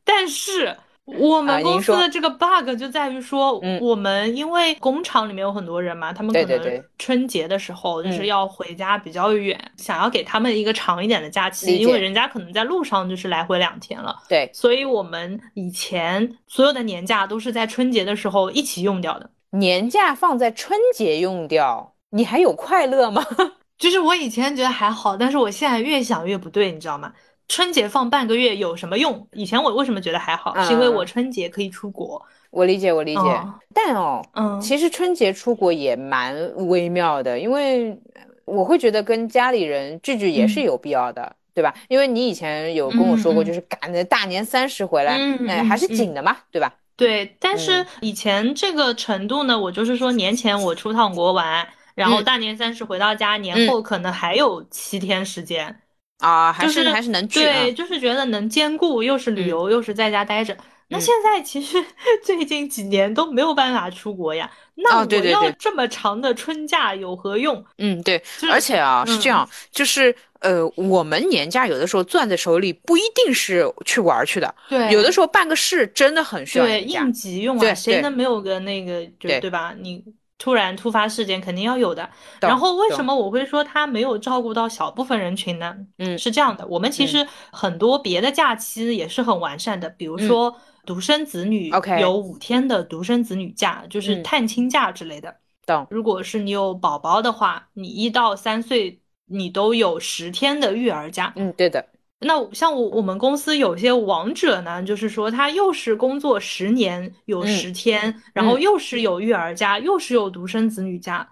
但是。我
啊
们
您
公司
说
的这个 bug 就在于说，
嗯
我们因为工厂里面有很多人嘛，他们
对
可
对
能
对
春节的时候就
嗯
是要回家比较远，想要给他们一个长一点的假期，
理
因为
解
人家可能在路上就是来回两天了。
对，
所以我们以前所有的年假都是在春节的时候一起用掉的。
年假放在春节用掉，你还有快乐吗？
就是我以前觉得还好，但是我现在越想越不对，你知道吗？春节放半个月有什么用？以前我为什么觉得还好，
嗯
是因为我春节可以出国。
我理解，我理解，
哦
但哦，
嗯，
其实春节出国也蛮微妙的，因为呃我会觉得跟家里人聚聚也是
嗯
有必要的，对吧？因为你以前有跟我说过，
嗯嗯
就是赶着大年三十回来，
嗯
哎，
嗯
还是
嗯
紧的嘛，对吧？
对。但是
嗯
以前这个程度呢，我就是说年前我出趟国玩，然后
嗯
大年三十回到家，年
嗯
后可能还有七天时间。
啊，还
就是是
还是能聚啊，
对，就是觉得能兼顾，又是旅
嗯
游，又是在家待着。那
嗯
现在其实 最近几年都没有办法出国呀，那
哦对
我
对
要
对
这么长的春假有何用？
嗯，对，
就是
而且啊是这
嗯
样，就是呃，我们年假有的时候攥在手里不一定是去玩儿去的，
对，
有的时候办个事真的很需要
对
年假
应，急用
对
啊，谁
对
能没有个那个就
对
对吧？你突然突发事件肯定要有的。
懂
然后为什
懂
么我会说他没有照顾到小部分人群呢？
嗯
是这样的，我们其
嗯
实很多别的假期也是很完善的，比如
嗯
说独生子女
OK
有五天的独生子女假，就是
嗯
探亲假之类的。
懂
如果是你有宝宝的话，你一到三岁你都有十天的育儿假。
嗯，对的，
那像我我们公司有些王者呢，就是说他又是工作十年有
嗯
十天，然后又是有育儿假，又是有独生子女假，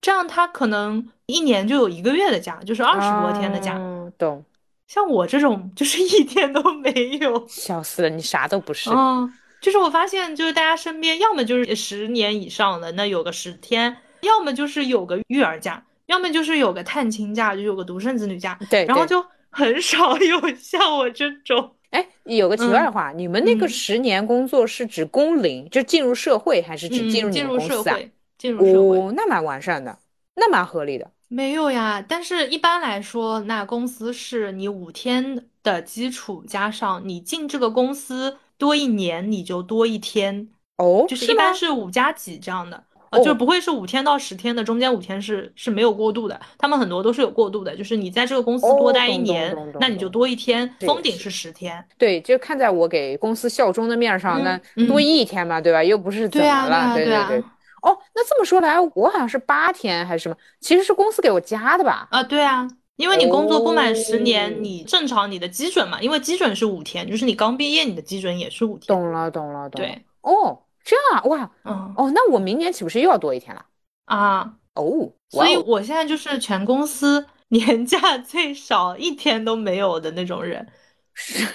这样他可能一年就有一个月的假，就是二十多天的假。
啊，懂。
像我这种就是一天都没有。
笑死了，你啥都不 是。
嗯，就是我发现，就是大家身边要么就是十年以上的，那有个十天，要么就是有个育儿假，要么就是有个探亲假，就有个独生子女假，
对，
然后
对
就很少有像我这种。
哎，有个题外话，你们那个
嗯
十年工作是指工龄，就进入社会，还是指
嗯，
进入你
进
们
入
公
社
司啊？
会，进入社会
哦，那蛮完善的，那蛮合理的。
没有呀。但是一般来说，那公司是你五天的基础，加上你进这个公司多一年，你就多一天，
哦，
就是
是
一般
吗？
是五加几这样的。呃，
哦
就是不会是五天到十天的，中间五天是是没有过渡的，他们很多都是有过渡的，就是你在这个公司
哦
多待一
懂懂
年
懂，懂
那你就
懂
多一天，
这
封
也
顶
是
是十天。
对，就看在我给公司效忠的面儿上，那
嗯嗯
多一天嘛，对吧？又不是怎
对
么
啊，对
了，
啊，
对
对
对对。
啊，
哦，那这么说来，我好像是八天还是什么，其实是公司给我加的吧？
啊，对啊，因为你工作不满十
哦
年，你正常你的基准嘛，因为基准是五天，就是你刚毕业，你的基准也是五天。
懂了，懂了，懂了。
对，
哦，这样啊，哇，
嗯
哦，那我明年岂不是又要多一天了？
啊，
哦，
所以
哇哦
我现在就是全公司 年假最少一天都没有的那种人。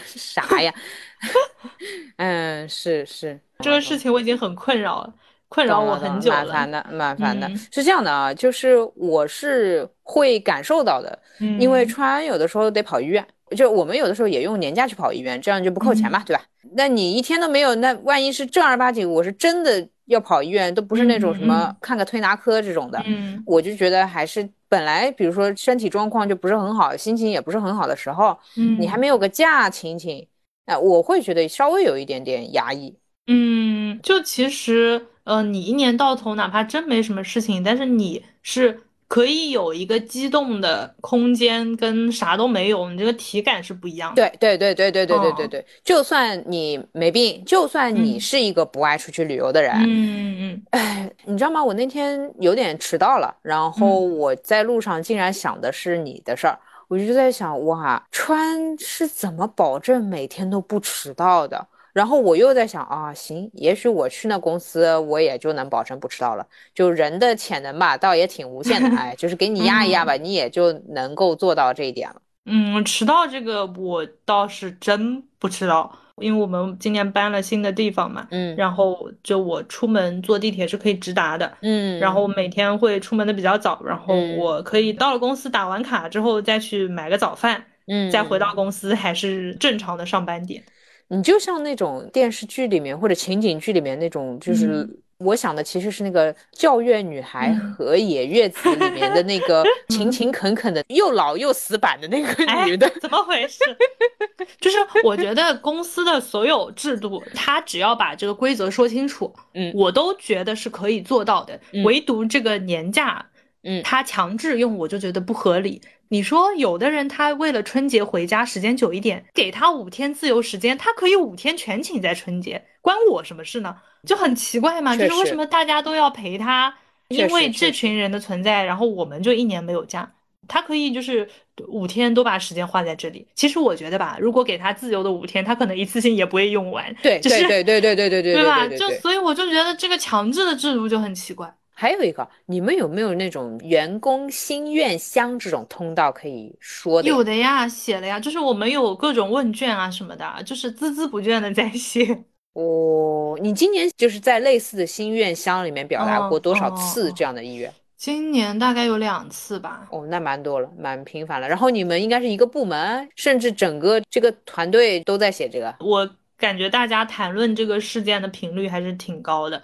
啥呀？ 嗯，是是，
这个事情我已经很困扰了，困扰
懂
我
了懂
很
了，
久
蛮
了。
烦的，蛮烦的
嗯。
是这样的啊，就是我是会感受到的，因为
嗯
川有的时候得跑医院，就我们有的时候也用年假去跑医院，这样就不扣钱
嗯
嘛，对吧？那你一天都没有，那万一是正儿八经，我是真的要跑医院，都不是那种什
嗯嗯
么
嗯
看个推拿科这种的，
嗯
我就觉得还是本来比如说身体状况就不是很好，心情也不是很好的时候，
嗯
你还没有个假请请，哎、我会觉得稍微有一点点压抑。
嗯，就其实，呃，你一年到头哪怕真没什么事情，但是你是可以有一个激动的空间，跟啥都没有，你这个体感是不一样的。
对对对对对对对对
哦
对，就算你没病，就算你
嗯
是一个不爱出去旅游的人，
嗯嗯
哎，你知道吗？我
嗯
那天有点迟到了，然后我在路上竟然想的是你的事儿，我就在想，哇，川是怎么保证每天都不迟到的？然后我又在想啊，行，也许我去那公司，我也就能保证不迟到了。就人的潜能吧，倒也挺无 限的，哎，就是给你压一压吧，你也就能够做到这一点了。
嗯，迟到这个我倒是真不知道，因为我们今年搬了新的地方嘛，
嗯
然后就我出门坐地铁是可以直达的，
嗯，
然后每天会出门的比较早，然后
嗯
我可以到了公司打完卡之后再去买个早饭，
嗯，
再回到公司还是正常的上班点。
你就像那种电视剧里面或者情景剧里面那种，就是
嗯
我想的其实是那个《教院女孩》
嗯
和《野月子》里面的那 个勤勤恳恳的、又老又死板的那个
哎
女的。
怎么回事？ 就是我觉得公司的所有制度，它只要把这个规则说清楚，
嗯
我都觉得是可以做到的。
嗯
唯独这个年假，
嗯
它强制用，我就觉得不合理。你说有的人他为了春节回家时间久一点，给他五天自由时间，他可以五天全请在春节，关我什么事呢？就很奇怪嘛，
确
就是为
实
什么大家都要陪他？
确
因为
实确
这群人的存在，然后我们就一年没有假。他可以就是五天都把时间花在这里。其实我觉得吧，如果给他自由的五天，他可能一次性也不会用完，
对
只是
对对对对对对对
吧？
对
就
对。
所以我就觉得这个强制的制度就很奇怪。
还有一个，你们有没有那种员工心愿箱这种通道可以说的呀？
有的呀，写了呀，就是我们有各种问卷啊什么的，就是孜孜不倦的在写。
哦，你今年就是在类似的心愿箱里面表达
哦
过多少
哦
次
哦
这样的意愿？
今年大概有两次吧。
哦，那蛮多了，蛮频繁了。然后你们应该是一个部门，甚至整个这个团队都在写这个。
我感觉大家谈论这个事件的频率还是挺高的。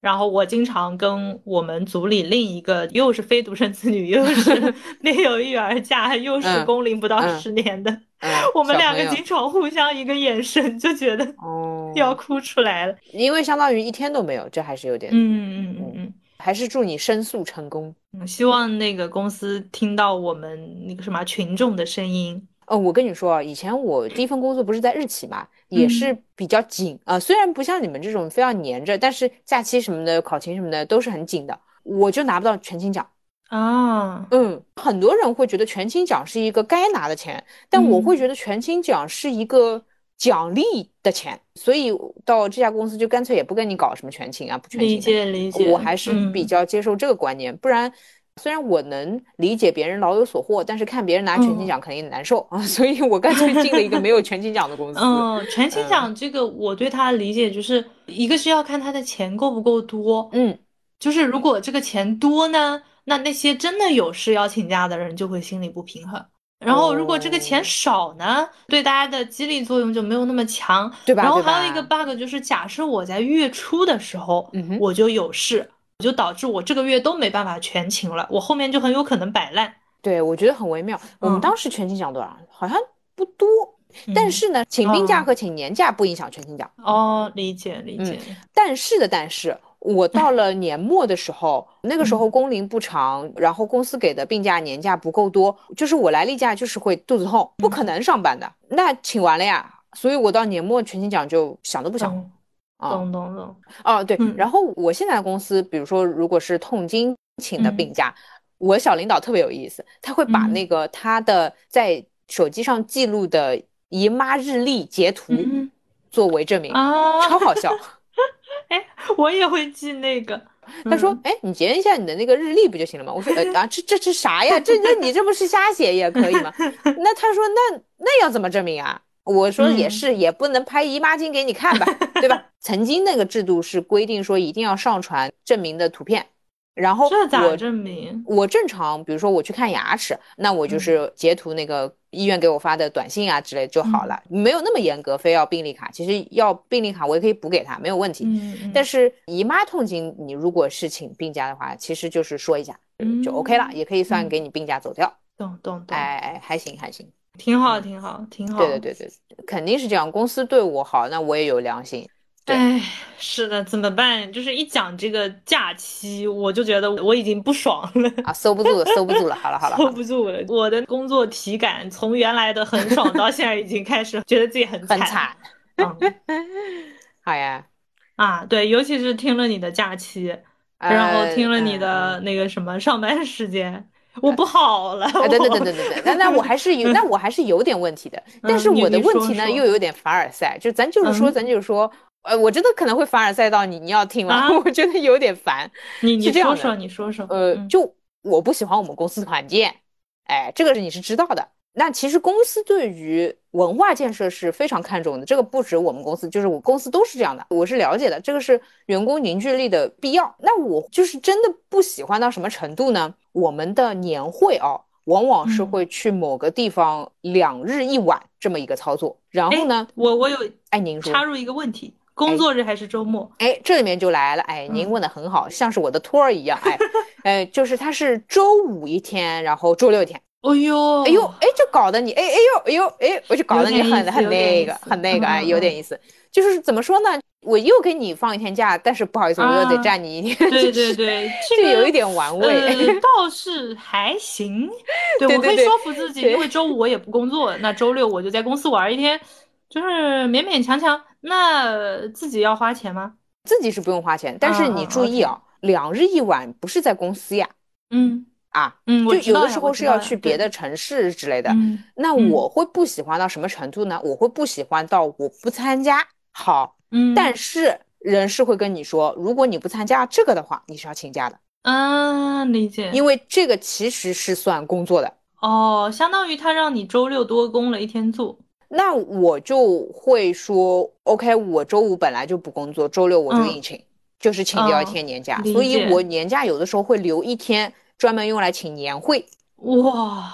然后我经常跟我们组里另一个又是非独生子女，又是没有育儿假，又是
嗯
工龄不到
嗯
十年的，
嗯，
我们
小
两
朋
个
友
经常互相一个眼神就觉得
哦，
要哭出来了。
因为相当于一天都没有，这还是有点。
嗯嗯嗯嗯
还是祝你申诉成功。
嗯，希望那个公司听到我们那个什么群众的声音。
哦，我跟你说啊，以前我第一份工作不是在日企嘛，也是
嗯
比较紧啊、呃虽然不像你们这种非要粘着，但是假期什么的、考勤什么的都是很紧的，我就拿不到全勤奖。
啊，
嗯，很多人会觉得全勤奖是一个该拿的钱，但我
嗯
会觉得全勤奖是一个奖励的钱，所以到这家公司就干脆也不跟你搞什么全勤啊，不全
理
勤的。
解理解，
我还是比
嗯
较接受这个观念，不然虽然我能理解别人老有所获，但是看别人拿全
嗯
勤奖肯定难受 啊，所以我干脆进了一个没有全勤奖的公司。
嗯，全勤
嗯
奖这个，我对他的理解就是一个是要看他的钱够不够多，
嗯，
就是如果这个钱多呢，那那些真的有事要请假的人就会心里不平衡。然后如果这个钱
哦
少呢，对大家的激励作用就没有那么强。
对吧？
然后
对
还有一个
吧？
bug 就是，假设我在月初的时候
嗯哼，
我就有事，就导致我这个月都没办法全勤了，我后面就很有可能摆烂。
对，我觉得很微妙。我们
嗯
当时全勤奖多少？好像不多，
嗯
但是呢，请病假
哦
和请年假不影响全勤奖。
哦，理解理
嗯
解，
但是的，但是
嗯
我到了年末的时候，那个时候工龄不长，然后公司给的病假、年假不够多，就是我来例假就是会肚子痛，不
嗯
可能上班的。那请完了呀，所以我到年末全勤奖就想都不想
懂
啊。
懂懂懂，
哦，对，
嗯
然后我现在的公司，比如说如果是痛经请的
嗯
病假，我小领导特别有意思，他会把
嗯
那个他的在手机上记录的姨妈日历截图
嗯
作为证明，
啊。
超好笑。
我也会记那个。
他说
嗯，：“
哎，你截一下你的那个日历不就行了吗？”我说：“呃啊，这这这啥呀？这这你这不是瞎写也可以吗？” 那他说：“那那要怎么证明啊？”我说：“也
嗯
是，也不能拍姨妈巾给你看吧，对吧？ 曾经那个制度是规定说一定要上传证明的图片，然后
这咋
我
证明？
我正常，比如说我去看牙齿，那
嗯
我就是截图那个医院给我发的短信啊之类就
嗯
好了，没有那么严格，非要病历卡。其实要病历卡我也可以补给他，没有问题。
嗯，嗯
但是姨妈痛经，你如果是请病假的话，其实就是说一下
嗯
就 OK 了，也可以算
嗯
给你病假走掉。
懂懂懂，
哎哎，还行还行，
挺好，挺好，挺好。
对对对对，肯定是这样。公司对我好，那我也有良心。对
哎，是的，怎么办？就是一讲这个假期，我就觉得我已经不爽了，
啊，收不住了，收不住了，好了好了，好
受
了
不住了。我的工作体感从原来的很爽，到现在已经开始觉得自己 很
很
惨。
惨，
嗯
好呀。
啊，对，尤其是听了你的假期，然后
呃
听了你
嗯嗯
的那个什么上班时间，我不好了。
啊，等等等等等等，那那我还是有，那我还是有点问题的。但是我的问题呢，
嗯你你说说
又有点凡尔赛，就咱就是说，
嗯
咱就是说，呃，我真的可能会凡尔赛到你，你要听吗
啊？
我觉得有点烦。
你你
是这样
说说，
的
你说说。
呃，
嗯
就我不喜欢我们公司的团建，哎，这个是你是知道的。那其实公司对于文化建设是非常看重的，这个不止我们公司，就是我公司都是这样的，我是了解的，这个是员工凝聚力的必要。那我就是真的不喜欢到什么程度呢？我们的年会哦，往往是
嗯
会去某个地方两日一晚这么一个操作，然后呢，
我我有
哎，您说，
插入一个问题：工作日还是周末？
哎，这里面就来了，哎，您
嗯
问的很好，像是我的托儿一样，哎，哎，就是它是周五一天，然后周六一天，
哎呦，
哎呦， 哎，就搞得你，哎，哎呦，哎呦，哎，我就搞得你
有点意
很
思
很
有点
那
意
个，
思
很那个，哎，
嗯嗯
有点意思，就是怎么说呢，我又给你放一天假，但是不好意思，我又得
啊
占你一天，
对
就
对
是
对，
就
这个
有一点玩味，
呃，倒是还行。对，
对
我
对
会
对
说服 自己，
对
因为周五我也不工作，那周六我就在公司玩一天，就是勉勉强强。那自己要花钱吗？
自己是不用花钱，但是
嗯
你
嗯
注
，OK
意啊，两日一晚不是在公司呀，
嗯
啊，
嗯，我
就
知
有
道
的
呀
时
我
候
知
是
道
要
呀
去别
对
的城市之类的，
嗯
那
嗯
我会不喜欢到什么程度呢？我会不喜欢到我不参加。好，
嗯，
但是人事会跟你说，如果你不参加这个的话，你是要请假的，
啊，理解。
因为这个其实是算工作的。
哦，相当于他让你周六多工了一天做。
那我就会说，OK，我周五本来就不工作，周六我就硬请，就是请掉一
哦
天年假，
嗯理
所以
解
我年假有的时候会留一天专门用来请年会，
哇，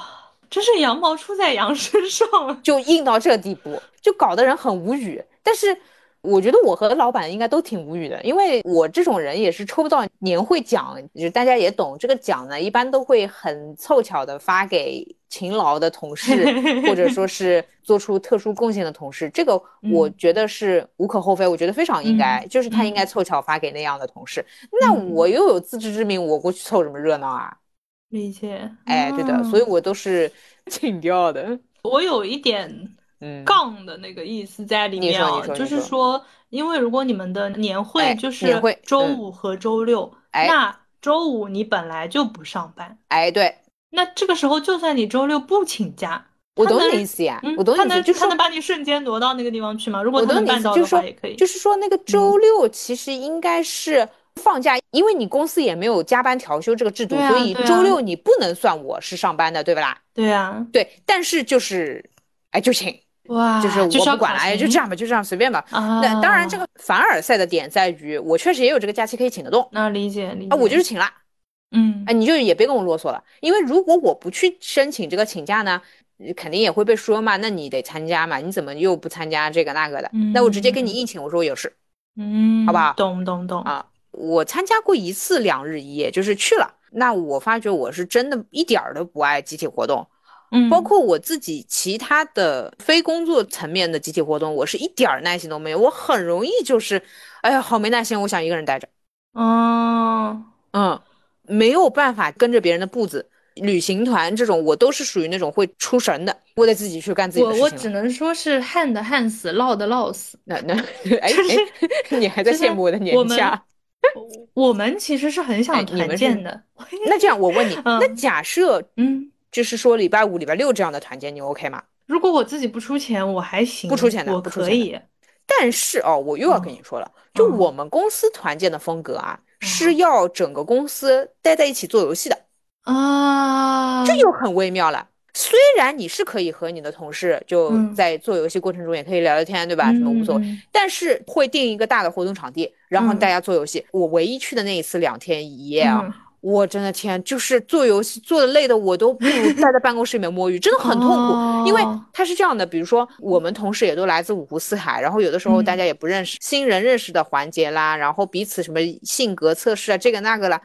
真是羊毛出在羊身上啊！
就硬到这地步，就搞得人很无语。但是我觉得我和老板应该都挺无语的，因为我这种人也是抽不到年会奖，就是大家也懂这个奖呢，一般都会很凑巧的发给勤劳的同事，或者说是做出特殊贡献的同事。这个我
嗯
觉得是无可厚非，我觉得非常应该，就是他应该凑巧发给那样的同事。那
嗯
我又有自知之明，我过去凑什么热闹啊？
理解，
哎，对的，所以
以
我 都是请掉的。
我有一点
嗯，
杠的那个意思在里
你
面
说你
啊，
说
就
你
是
说
说，因为如果你们的年会
哎
就
年
是
会
周
嗯
五和周六，
哎
那周五你本来就不上班，
哎，对。
那这个时候就算你周六不请假，
我
他
懂你
能
的意思呀，
嗯，
我懂你
他
的意思，
能
就是
他
说
能把你瞬间挪到那个地方去吗？如果
我
他
懂
能
你的
办
意思，
到
就
的
是说
话，也可以。
就是说
嗯
那个周六其实应该是放假，因为你公司也没有加班调休这个制度，
对啊
所以
对啊
周六你不能算我是上班的，对不啦？
对啊，
对，但是就是，哎，就请，
哇，
就是我
啊要
不管
考
了，哎，就
勤
这样吧，就这样随便吧。
啊。
那当然，这个凡尔赛的点在于，我确实也有这个假期可以请得动
那理解理
啊，我
解
就是请了。
嗯
哎，你就也别跟我啰嗦了，因为如果我不去申请这个请假呢，呃肯定也会被说嘛，那你得参加嘛，你怎么又不参加这个那个的？那我直接跟你
嗯
硬请，我说我有事
嗯，
好吧
懂懂懂
啊。我参加过一次两日一夜，就是去了，那我发觉我是真的一点儿都不爱集体活动，
嗯，
包括我自己其他的非工作层面的集体活动，我是一点儿耐心都没有，我很容易就是，哎呀，好没耐心，我想一个人待着。
哦，
嗯，没有办法跟着别人的步子。旅行团这种，我都是属于那种会出神的，我得自己去干自己的
我
事
我
情
只
了。
能说是旱的旱死，涝的涝死。
那 那哎哎，你还在
就是
羡慕我的年啊
我们
假？
我们其实是很
哎
想
你们
团
是
建的，
那这样我问你，那
嗯
假设
嗯，
就是说礼拜五、礼拜六这样的团建，你 OK 吗？
如果我自己不出钱，我还行，
不出钱的
我
不出
可
钱的
以。
但是哦，我又要跟你说了，就
嗯
我们公司团建的风格啊，是
嗯
要整个公司待在一起做游戏的。
啊，
这就很微妙了。虽然你是可以和你的同事就
嗯
在做游戏过程中也可以聊聊天，对吧？什么无所谓，
嗯嗯
但是会定一个大的活动场地，然后
嗯
大家做游戏。我唯一去的那一次两天一夜啊，
嗯
我真的天，就是做游戏做的累的我都不如待在办公室里面摸鱼，真的很痛苦。因为
哦
它是这样的，比如说我们同事也都来自五湖四海，然后有的时候
嗯
大家也不认识，新人认识的环节啦，然后彼此什么性格测试啊，这个那个啦。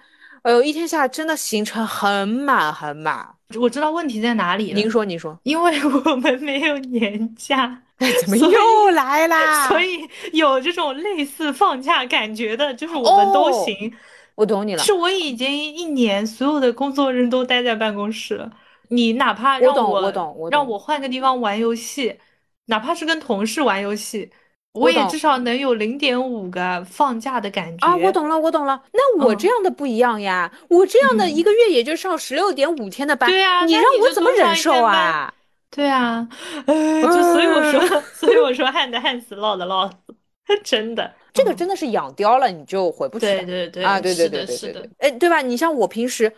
哎呦，一天下来真的行程很满很满，
我知道问题在哪里了，
您说，您说，
因为我们没有年假。
怎么
所以
又来 啦？
所以有这种类似放假感觉的，就是我们都
哦
行。
我懂你了，
是我已经一年所有的工作日都待在办公室了，你哪怕
我
让
懂，
我
我懂，我
让
懂。
我换个地方玩游戏，哪怕是跟同事玩游戏，我也
懂
至少能有零点五个放假的感觉嗯
啊，我。懂了，我懂了。那我这样的不一样呀，我这样的一个月也就上十六点五天的班，
对啊
你
那
让
你
我
就
怎么
多上
忍
一
受
天班
啊？
对啊，
嗯
呃，就所以我说， 所以我说旱的旱死，涝的涝死， 真的。
这个
嗯
真的是养貂了，你就回不去
对
的
对对
啊！对对
是
对
的，
对
是
对
的
对，，哎，对吧？你像我平时，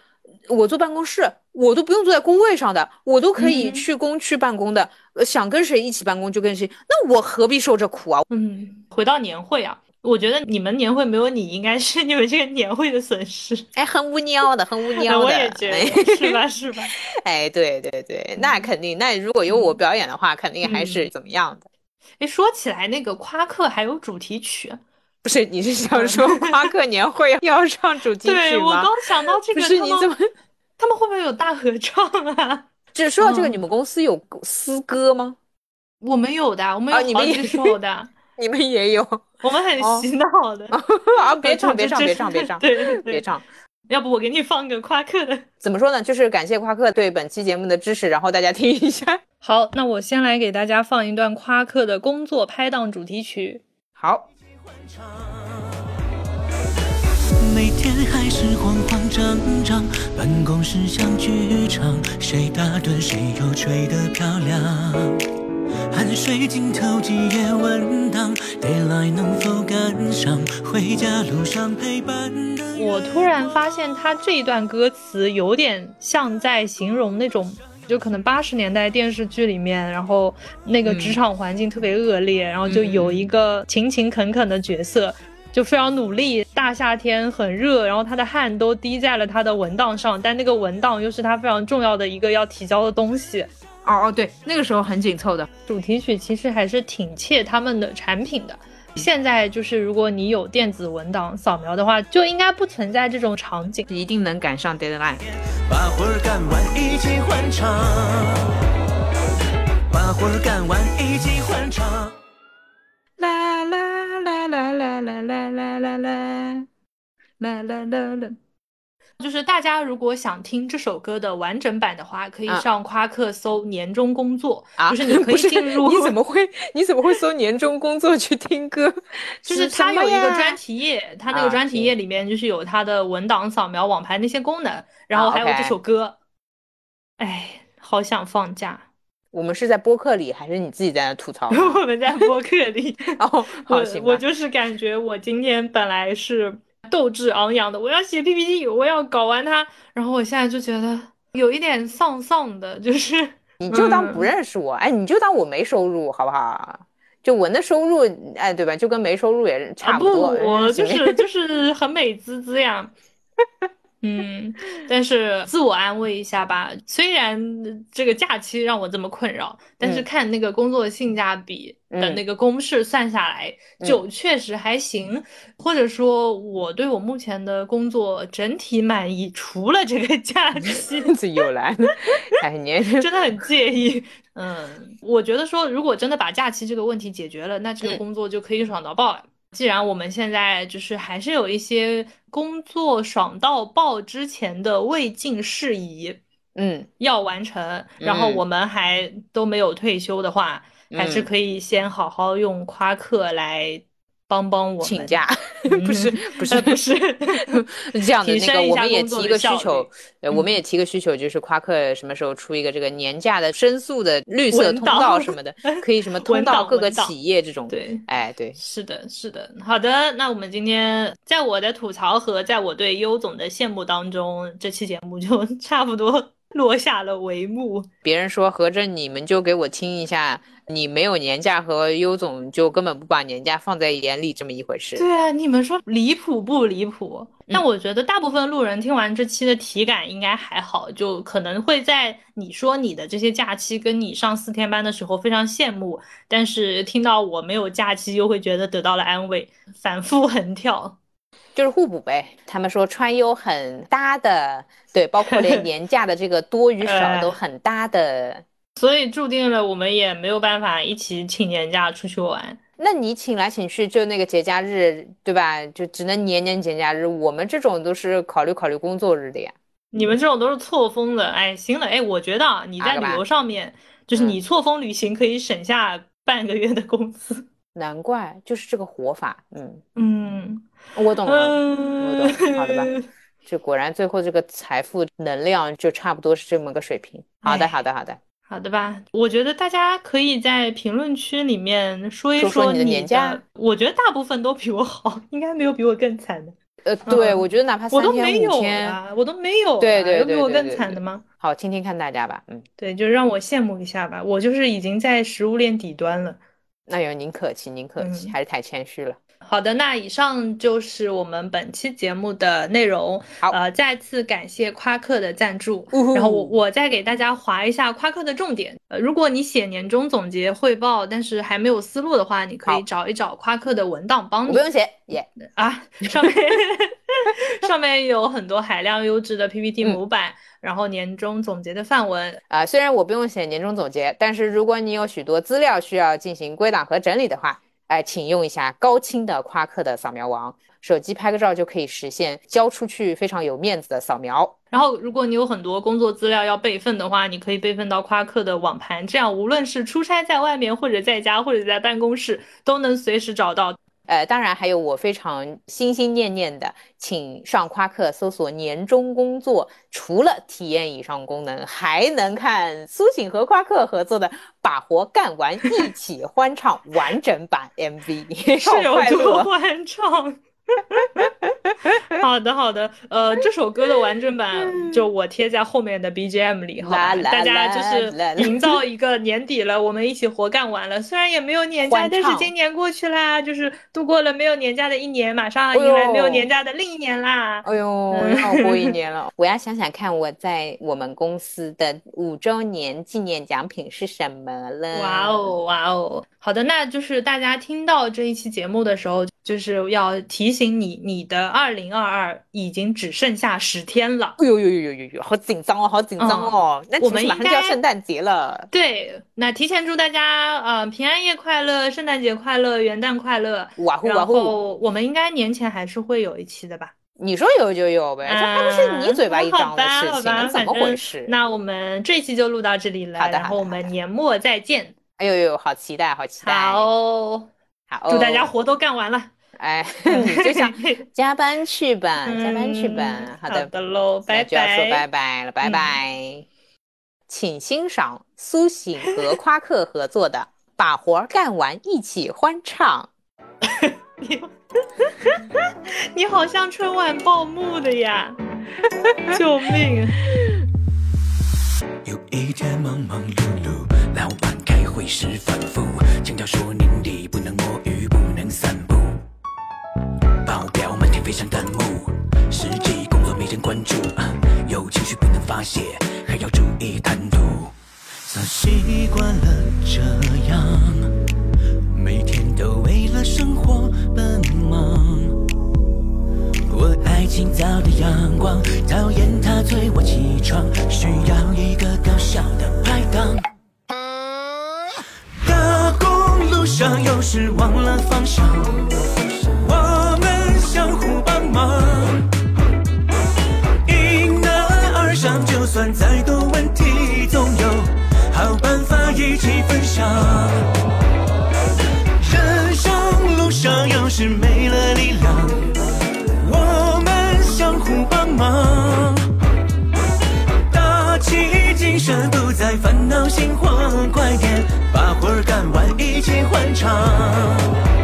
我坐办公室，我都不用坐在工位上的，我都可以
嗯哼
去公区办公的，呃想跟谁一起办公就跟谁，那我何必受这苦啊？
嗯。回到年会啊，我觉得你们年会没有你，应该是你们这个年会的损失。
哎，很无聊的，很无聊
我
的，
也觉
哎
得是吧？是吧？
哎，对对对，那
嗯
肯定，那如果有我
嗯
表演的话，肯定还是
嗯
怎么样的？
哎，说起来，那个夸克还有主题曲，
不是，你是想
嗯
说夸克年会要要上主题
对
曲
我
吗？
刚想到这
不
个，
是，
他
你
们
怎么？
他们会不会有大合唱啊？
只说到这个，
嗯
你们公司有诗歌吗？
我们有的，我哦们
啊
有
你
好
们也
几首的，
你们也有
我们很
哦
洗脑 的。
啊？别
这
唱，别
这
唱，
这
别
是
唱，别唱，
对对
别
对，
唱。
要不我给你放个夸克的。
怎么说呢？就是感谢夸克对本期节目的支持，然后大家听一下。
好，那我先来给大家放一段夸克的工作拍档主题曲。
好，
每天还是慌慌张张，办公室像剧场，谁打盹谁又吹得漂亮。汗水浸透几页文档，deadline 能否赶上？回家路上陪伴的人
我突然发现他这一段歌词有点像在形容那种，就可能八十年代电视剧里面，然后那个职场环境特别恶劣，然后就有一个勤勤恳恳的角色，就非常努力，大夏天很热，然后他的汗都滴在了他的文档上，但那个文档又是他非常重要的一个要提交的东西。
哦哦，对，那个时候很紧凑的。
主题曲其实还是挺切他们的产品的。现在就是，如果你有电子文档扫描的话，就应该不存在这种场景。
一定能赶上 deadline。
把活儿干完，一起欢唱。把活儿干完，一起欢唱。
啦啦啦啦啦啦啦啦啦啦啦啦啦啦。
就是大家如果想听这首歌的完整版的话，可以
嗯
上夸克搜“年终工作”，
啊，
就是你可
不
以
是
进入，
你怎么会你怎么会搜年终工作去听 歌？
就是
什
它
么
有一个
呀
专题页，它那
啊
个专题页里面就是有它的文档扫描、网盘那些功能，然后
啊
还有这
，OK
首歌。哎，好想放假，
我们是在播客里，还是你自己在那 吐槽呢？
我们在播客里。
哦， 好
我
行吧
我就是感觉我今天本来是斗志昂扬的，我要写 PPT，我要搞完它，然后我现在就觉得有一点丧丧的，就是
你就当不
嗯
认识我，哎，你就当我没收入，好不好？就我那收入，哎，对吧？就跟没收入也
啊
差
不，
多。
我
嗯
就
行
是就是很美滋滋呀。嗯，但是自我安慰一下吧，虽然这个假期让我这么困扰，但是
嗯
看那个工作性价比的
嗯
那个公式算下来，
嗯
就确实还行，或者说我对我目前的工作整体满意，除了这个假期，
自己又来了，哎，你
真的很介意。嗯，我觉得说，如果真的把假期这个问题解决了，那这个
嗯
工作就可以爽到爆了。既然我们现在就是还是有一些工作爽到爆之前的未尽事宜
嗯
要完成，然后
嗯
我们还都没有退休的话，还是
嗯
可以先好好用夸克来帮帮我们
请假，不是不是
呃 不是
这样的
提
那个，
升一
我
下
们也
工作
提一
的
个需
效
求
率，
呃，我们
嗯
也提一个需求，就是夸克什么时候出一个这个年假的申诉的绿色
文
通
档
道什么的，可以什么通
文
到
档
各个
文档
企业这种，
对。
哎，对，
是的，是的，好的。那我们今天在我的吐槽和在我对优总的羡慕当中，这期节目就差不多落下了帷幕。
别人说合着你们就给我听一下，你没有年假和优总就根本不把年假放在眼里这么一回事。
对啊，你们说离谱不离谱？但我觉得大部分路人听完这期的体感应该还好，就可能会在你说你的这些假期跟你上四天班的时候非常羡慕，但是听到我没有假期又会觉得得到了安慰，反复横跳。
就是互补呗。他们说川优很搭的，对，包 括连年假的这个多与少
哎
都很搭的。
所以注定了我们也没有办法一起请年假出去玩。
那你请来请去，就那个节假日，对吧？就只能年年节假日。我们这种都是考虑考虑工作日的呀。
你们这种都是错峰的，哎，行了，哎，我觉得啊，你
啊
在
干
旅
嘛
游上面，就是
嗯
你错峰旅行可以省下半个月的工资。
难怪，就是这个活法， 嗯，
嗯，
我懂了，
嗯，
我懂好的吧这果然最后这个财富能量就差不多是这么个水平。好的，
哎
好的，好的，
好的吧，我觉得大家可以在评论区里面说一
说说你
你
的年假
我觉得大部分都比我好，应该没有比我更惨的。
呃，对，
嗯
我觉得哪怕
我
三
都
天
没
五
有
天，
啊，我都没有
对
啊，
对
有比
对
我
对
更
对
惨
对
的吗？
好，听听看大家吧，嗯，
对，就让我羡慕一下吧。我就是已经在食物链底端了。
哎呦，您客气，您客气，
嗯
还是太谦虚了。
好的，那以上就是我们本期节目的内容。
好
呃，再次感谢夸克的赞助。
呜呼
然后我我再给大家划一下夸克的重点。呃，如果你写年终总结汇报，但是还没有思路的话，你可
好
以找一找夸克的文档帮
我
你
不。用写，耶，
啊，上面 上面有很多海量优质的 PPT
嗯
模板，然后年终总结的范文。
啊，虽然我不用写年终总结，但是如果你有许多资料需要进行归档和整理的话，哎，请用一下高清的夸克的扫描王，手机拍个照就可以实现交出去非常有面子的扫描。
然后，如果你有很多工作资料要备份的话，你可以备份到夸克的网盘，这样无论是出差在外面，或者在家，或者在办公室，都能随时找到。
呃，当然还有我非常心心念念的，请上夸克搜索年终工作，除了体验以上功能，还能看苏醒和夸克合作的《把活干完一起欢唱》完整版 MV，
是
好
有
快
多
乐！
欢唱？ 好的，好的，呃，这首歌的完整版就我贴在后面的 BGM 里，好吧？
啦啦
大家就是
啦啦
营造一个年底了，我们一起活干完了。虽然也没有年假，
欢唱
但是今年过去啦，就是度过了没有年假的一年，马上
哎呦
迎来没有年假的另一年啦。
哎呦，
嗯
要过一年了，我要想想看我在我们公司的五周年纪念奖品是什么了。
哇！
嗯
哦，哇哦，好的，那就是大家听到这一期节目的时候，就是要提醒你，你的二零二二已经只剩下十天了。
哎呦呦呦呦呦，好紧张哦，好紧张哦！那
嗯我们
其实马
应
上就要
该
圣诞节了。
对，那提前祝大家呃平安夜快乐，圣诞节快乐，元旦快乐。
哇呼
然
哇呼！
后我们应该年前还是会有一期的吧？
你说有就有呗，这还不是你嘴巴一张的事
嗯
情，
啊好吧好吧
怎么回事？
那我们这期就录到这里了，
好的
然
好
后
的
我
好的
们年末再见。
哎呦呦，好期待，好期待！
好，
哦好
祝大家嗯活都干完了。
哎，你就想加班去吧，
嗯
加班去吧。好
好
的，
的喽，
那
拜
就要说
拜。嗯
拜拜了，拜拜。请欣赏苏醒和夸克合作的《把活儿干完一起欢唱
你你好像春晚报幕的呀！ 救命！啊
有一天忙忙碌碌，老板开会时反复强调说年底不能摸鱼，不能散步。报表满天飞上弹幕，实际工作没人关注，啊有情绪不能发泄，还要注意谈吐。早习惯了这样，每天都为了生活奔忙。我爱今早的阳光，讨厌它催我起床，需要一个高效的拍档。打工路上有时忘了方向，我们相互帮忙，迎难而上，就算再多问题，总有好办法一起分享。人生路上有时没了力量，我们相互帮忙，打起精神，不再烦恼心慌，快点把活儿干完，一起欢唱。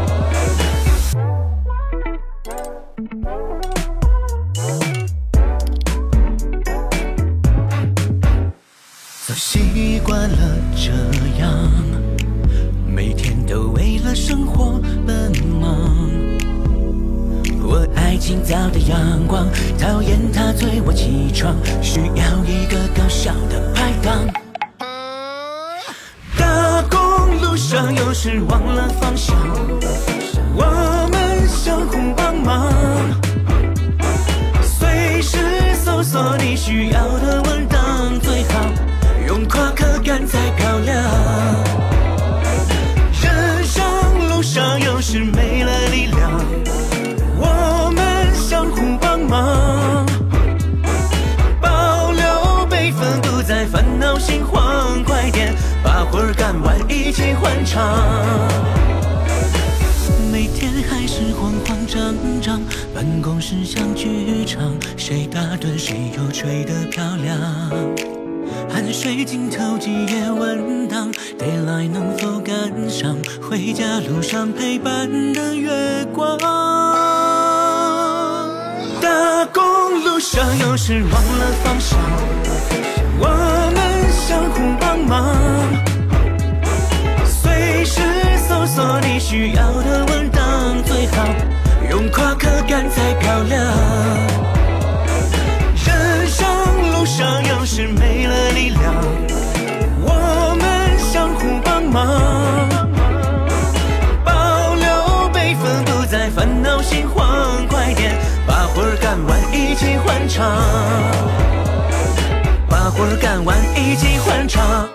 早习惯了这样，每天都为了生活奔忙。我爱今早的阳光，讨厌它催我起床，需要一个高效的拍档。打工路上有时忘了方向，我们相互帮忙，随时搜索你需要的文档，最好用夸克杆再漂亮。人生路上有时没了力量。我们相互帮忙，保留备份，不再烦恼心慌，快点把活儿干完，一起欢唱。每天还是慌慌张张，办公室像剧场，谁打盹谁又吹得漂亮。汗水浸透几页文档，deadline 能否赶上？回家路上陪伴的月光。大公路上有时忘了方向，我们相互帮忙。随时搜索你需要的文档，最好用夸克杆才漂亮。人生路上有时没了力量，我们相互帮忙，保留备份，不再烦恼心慌，快点把活儿干完，一起欢唱，把活儿干完，一起欢唱。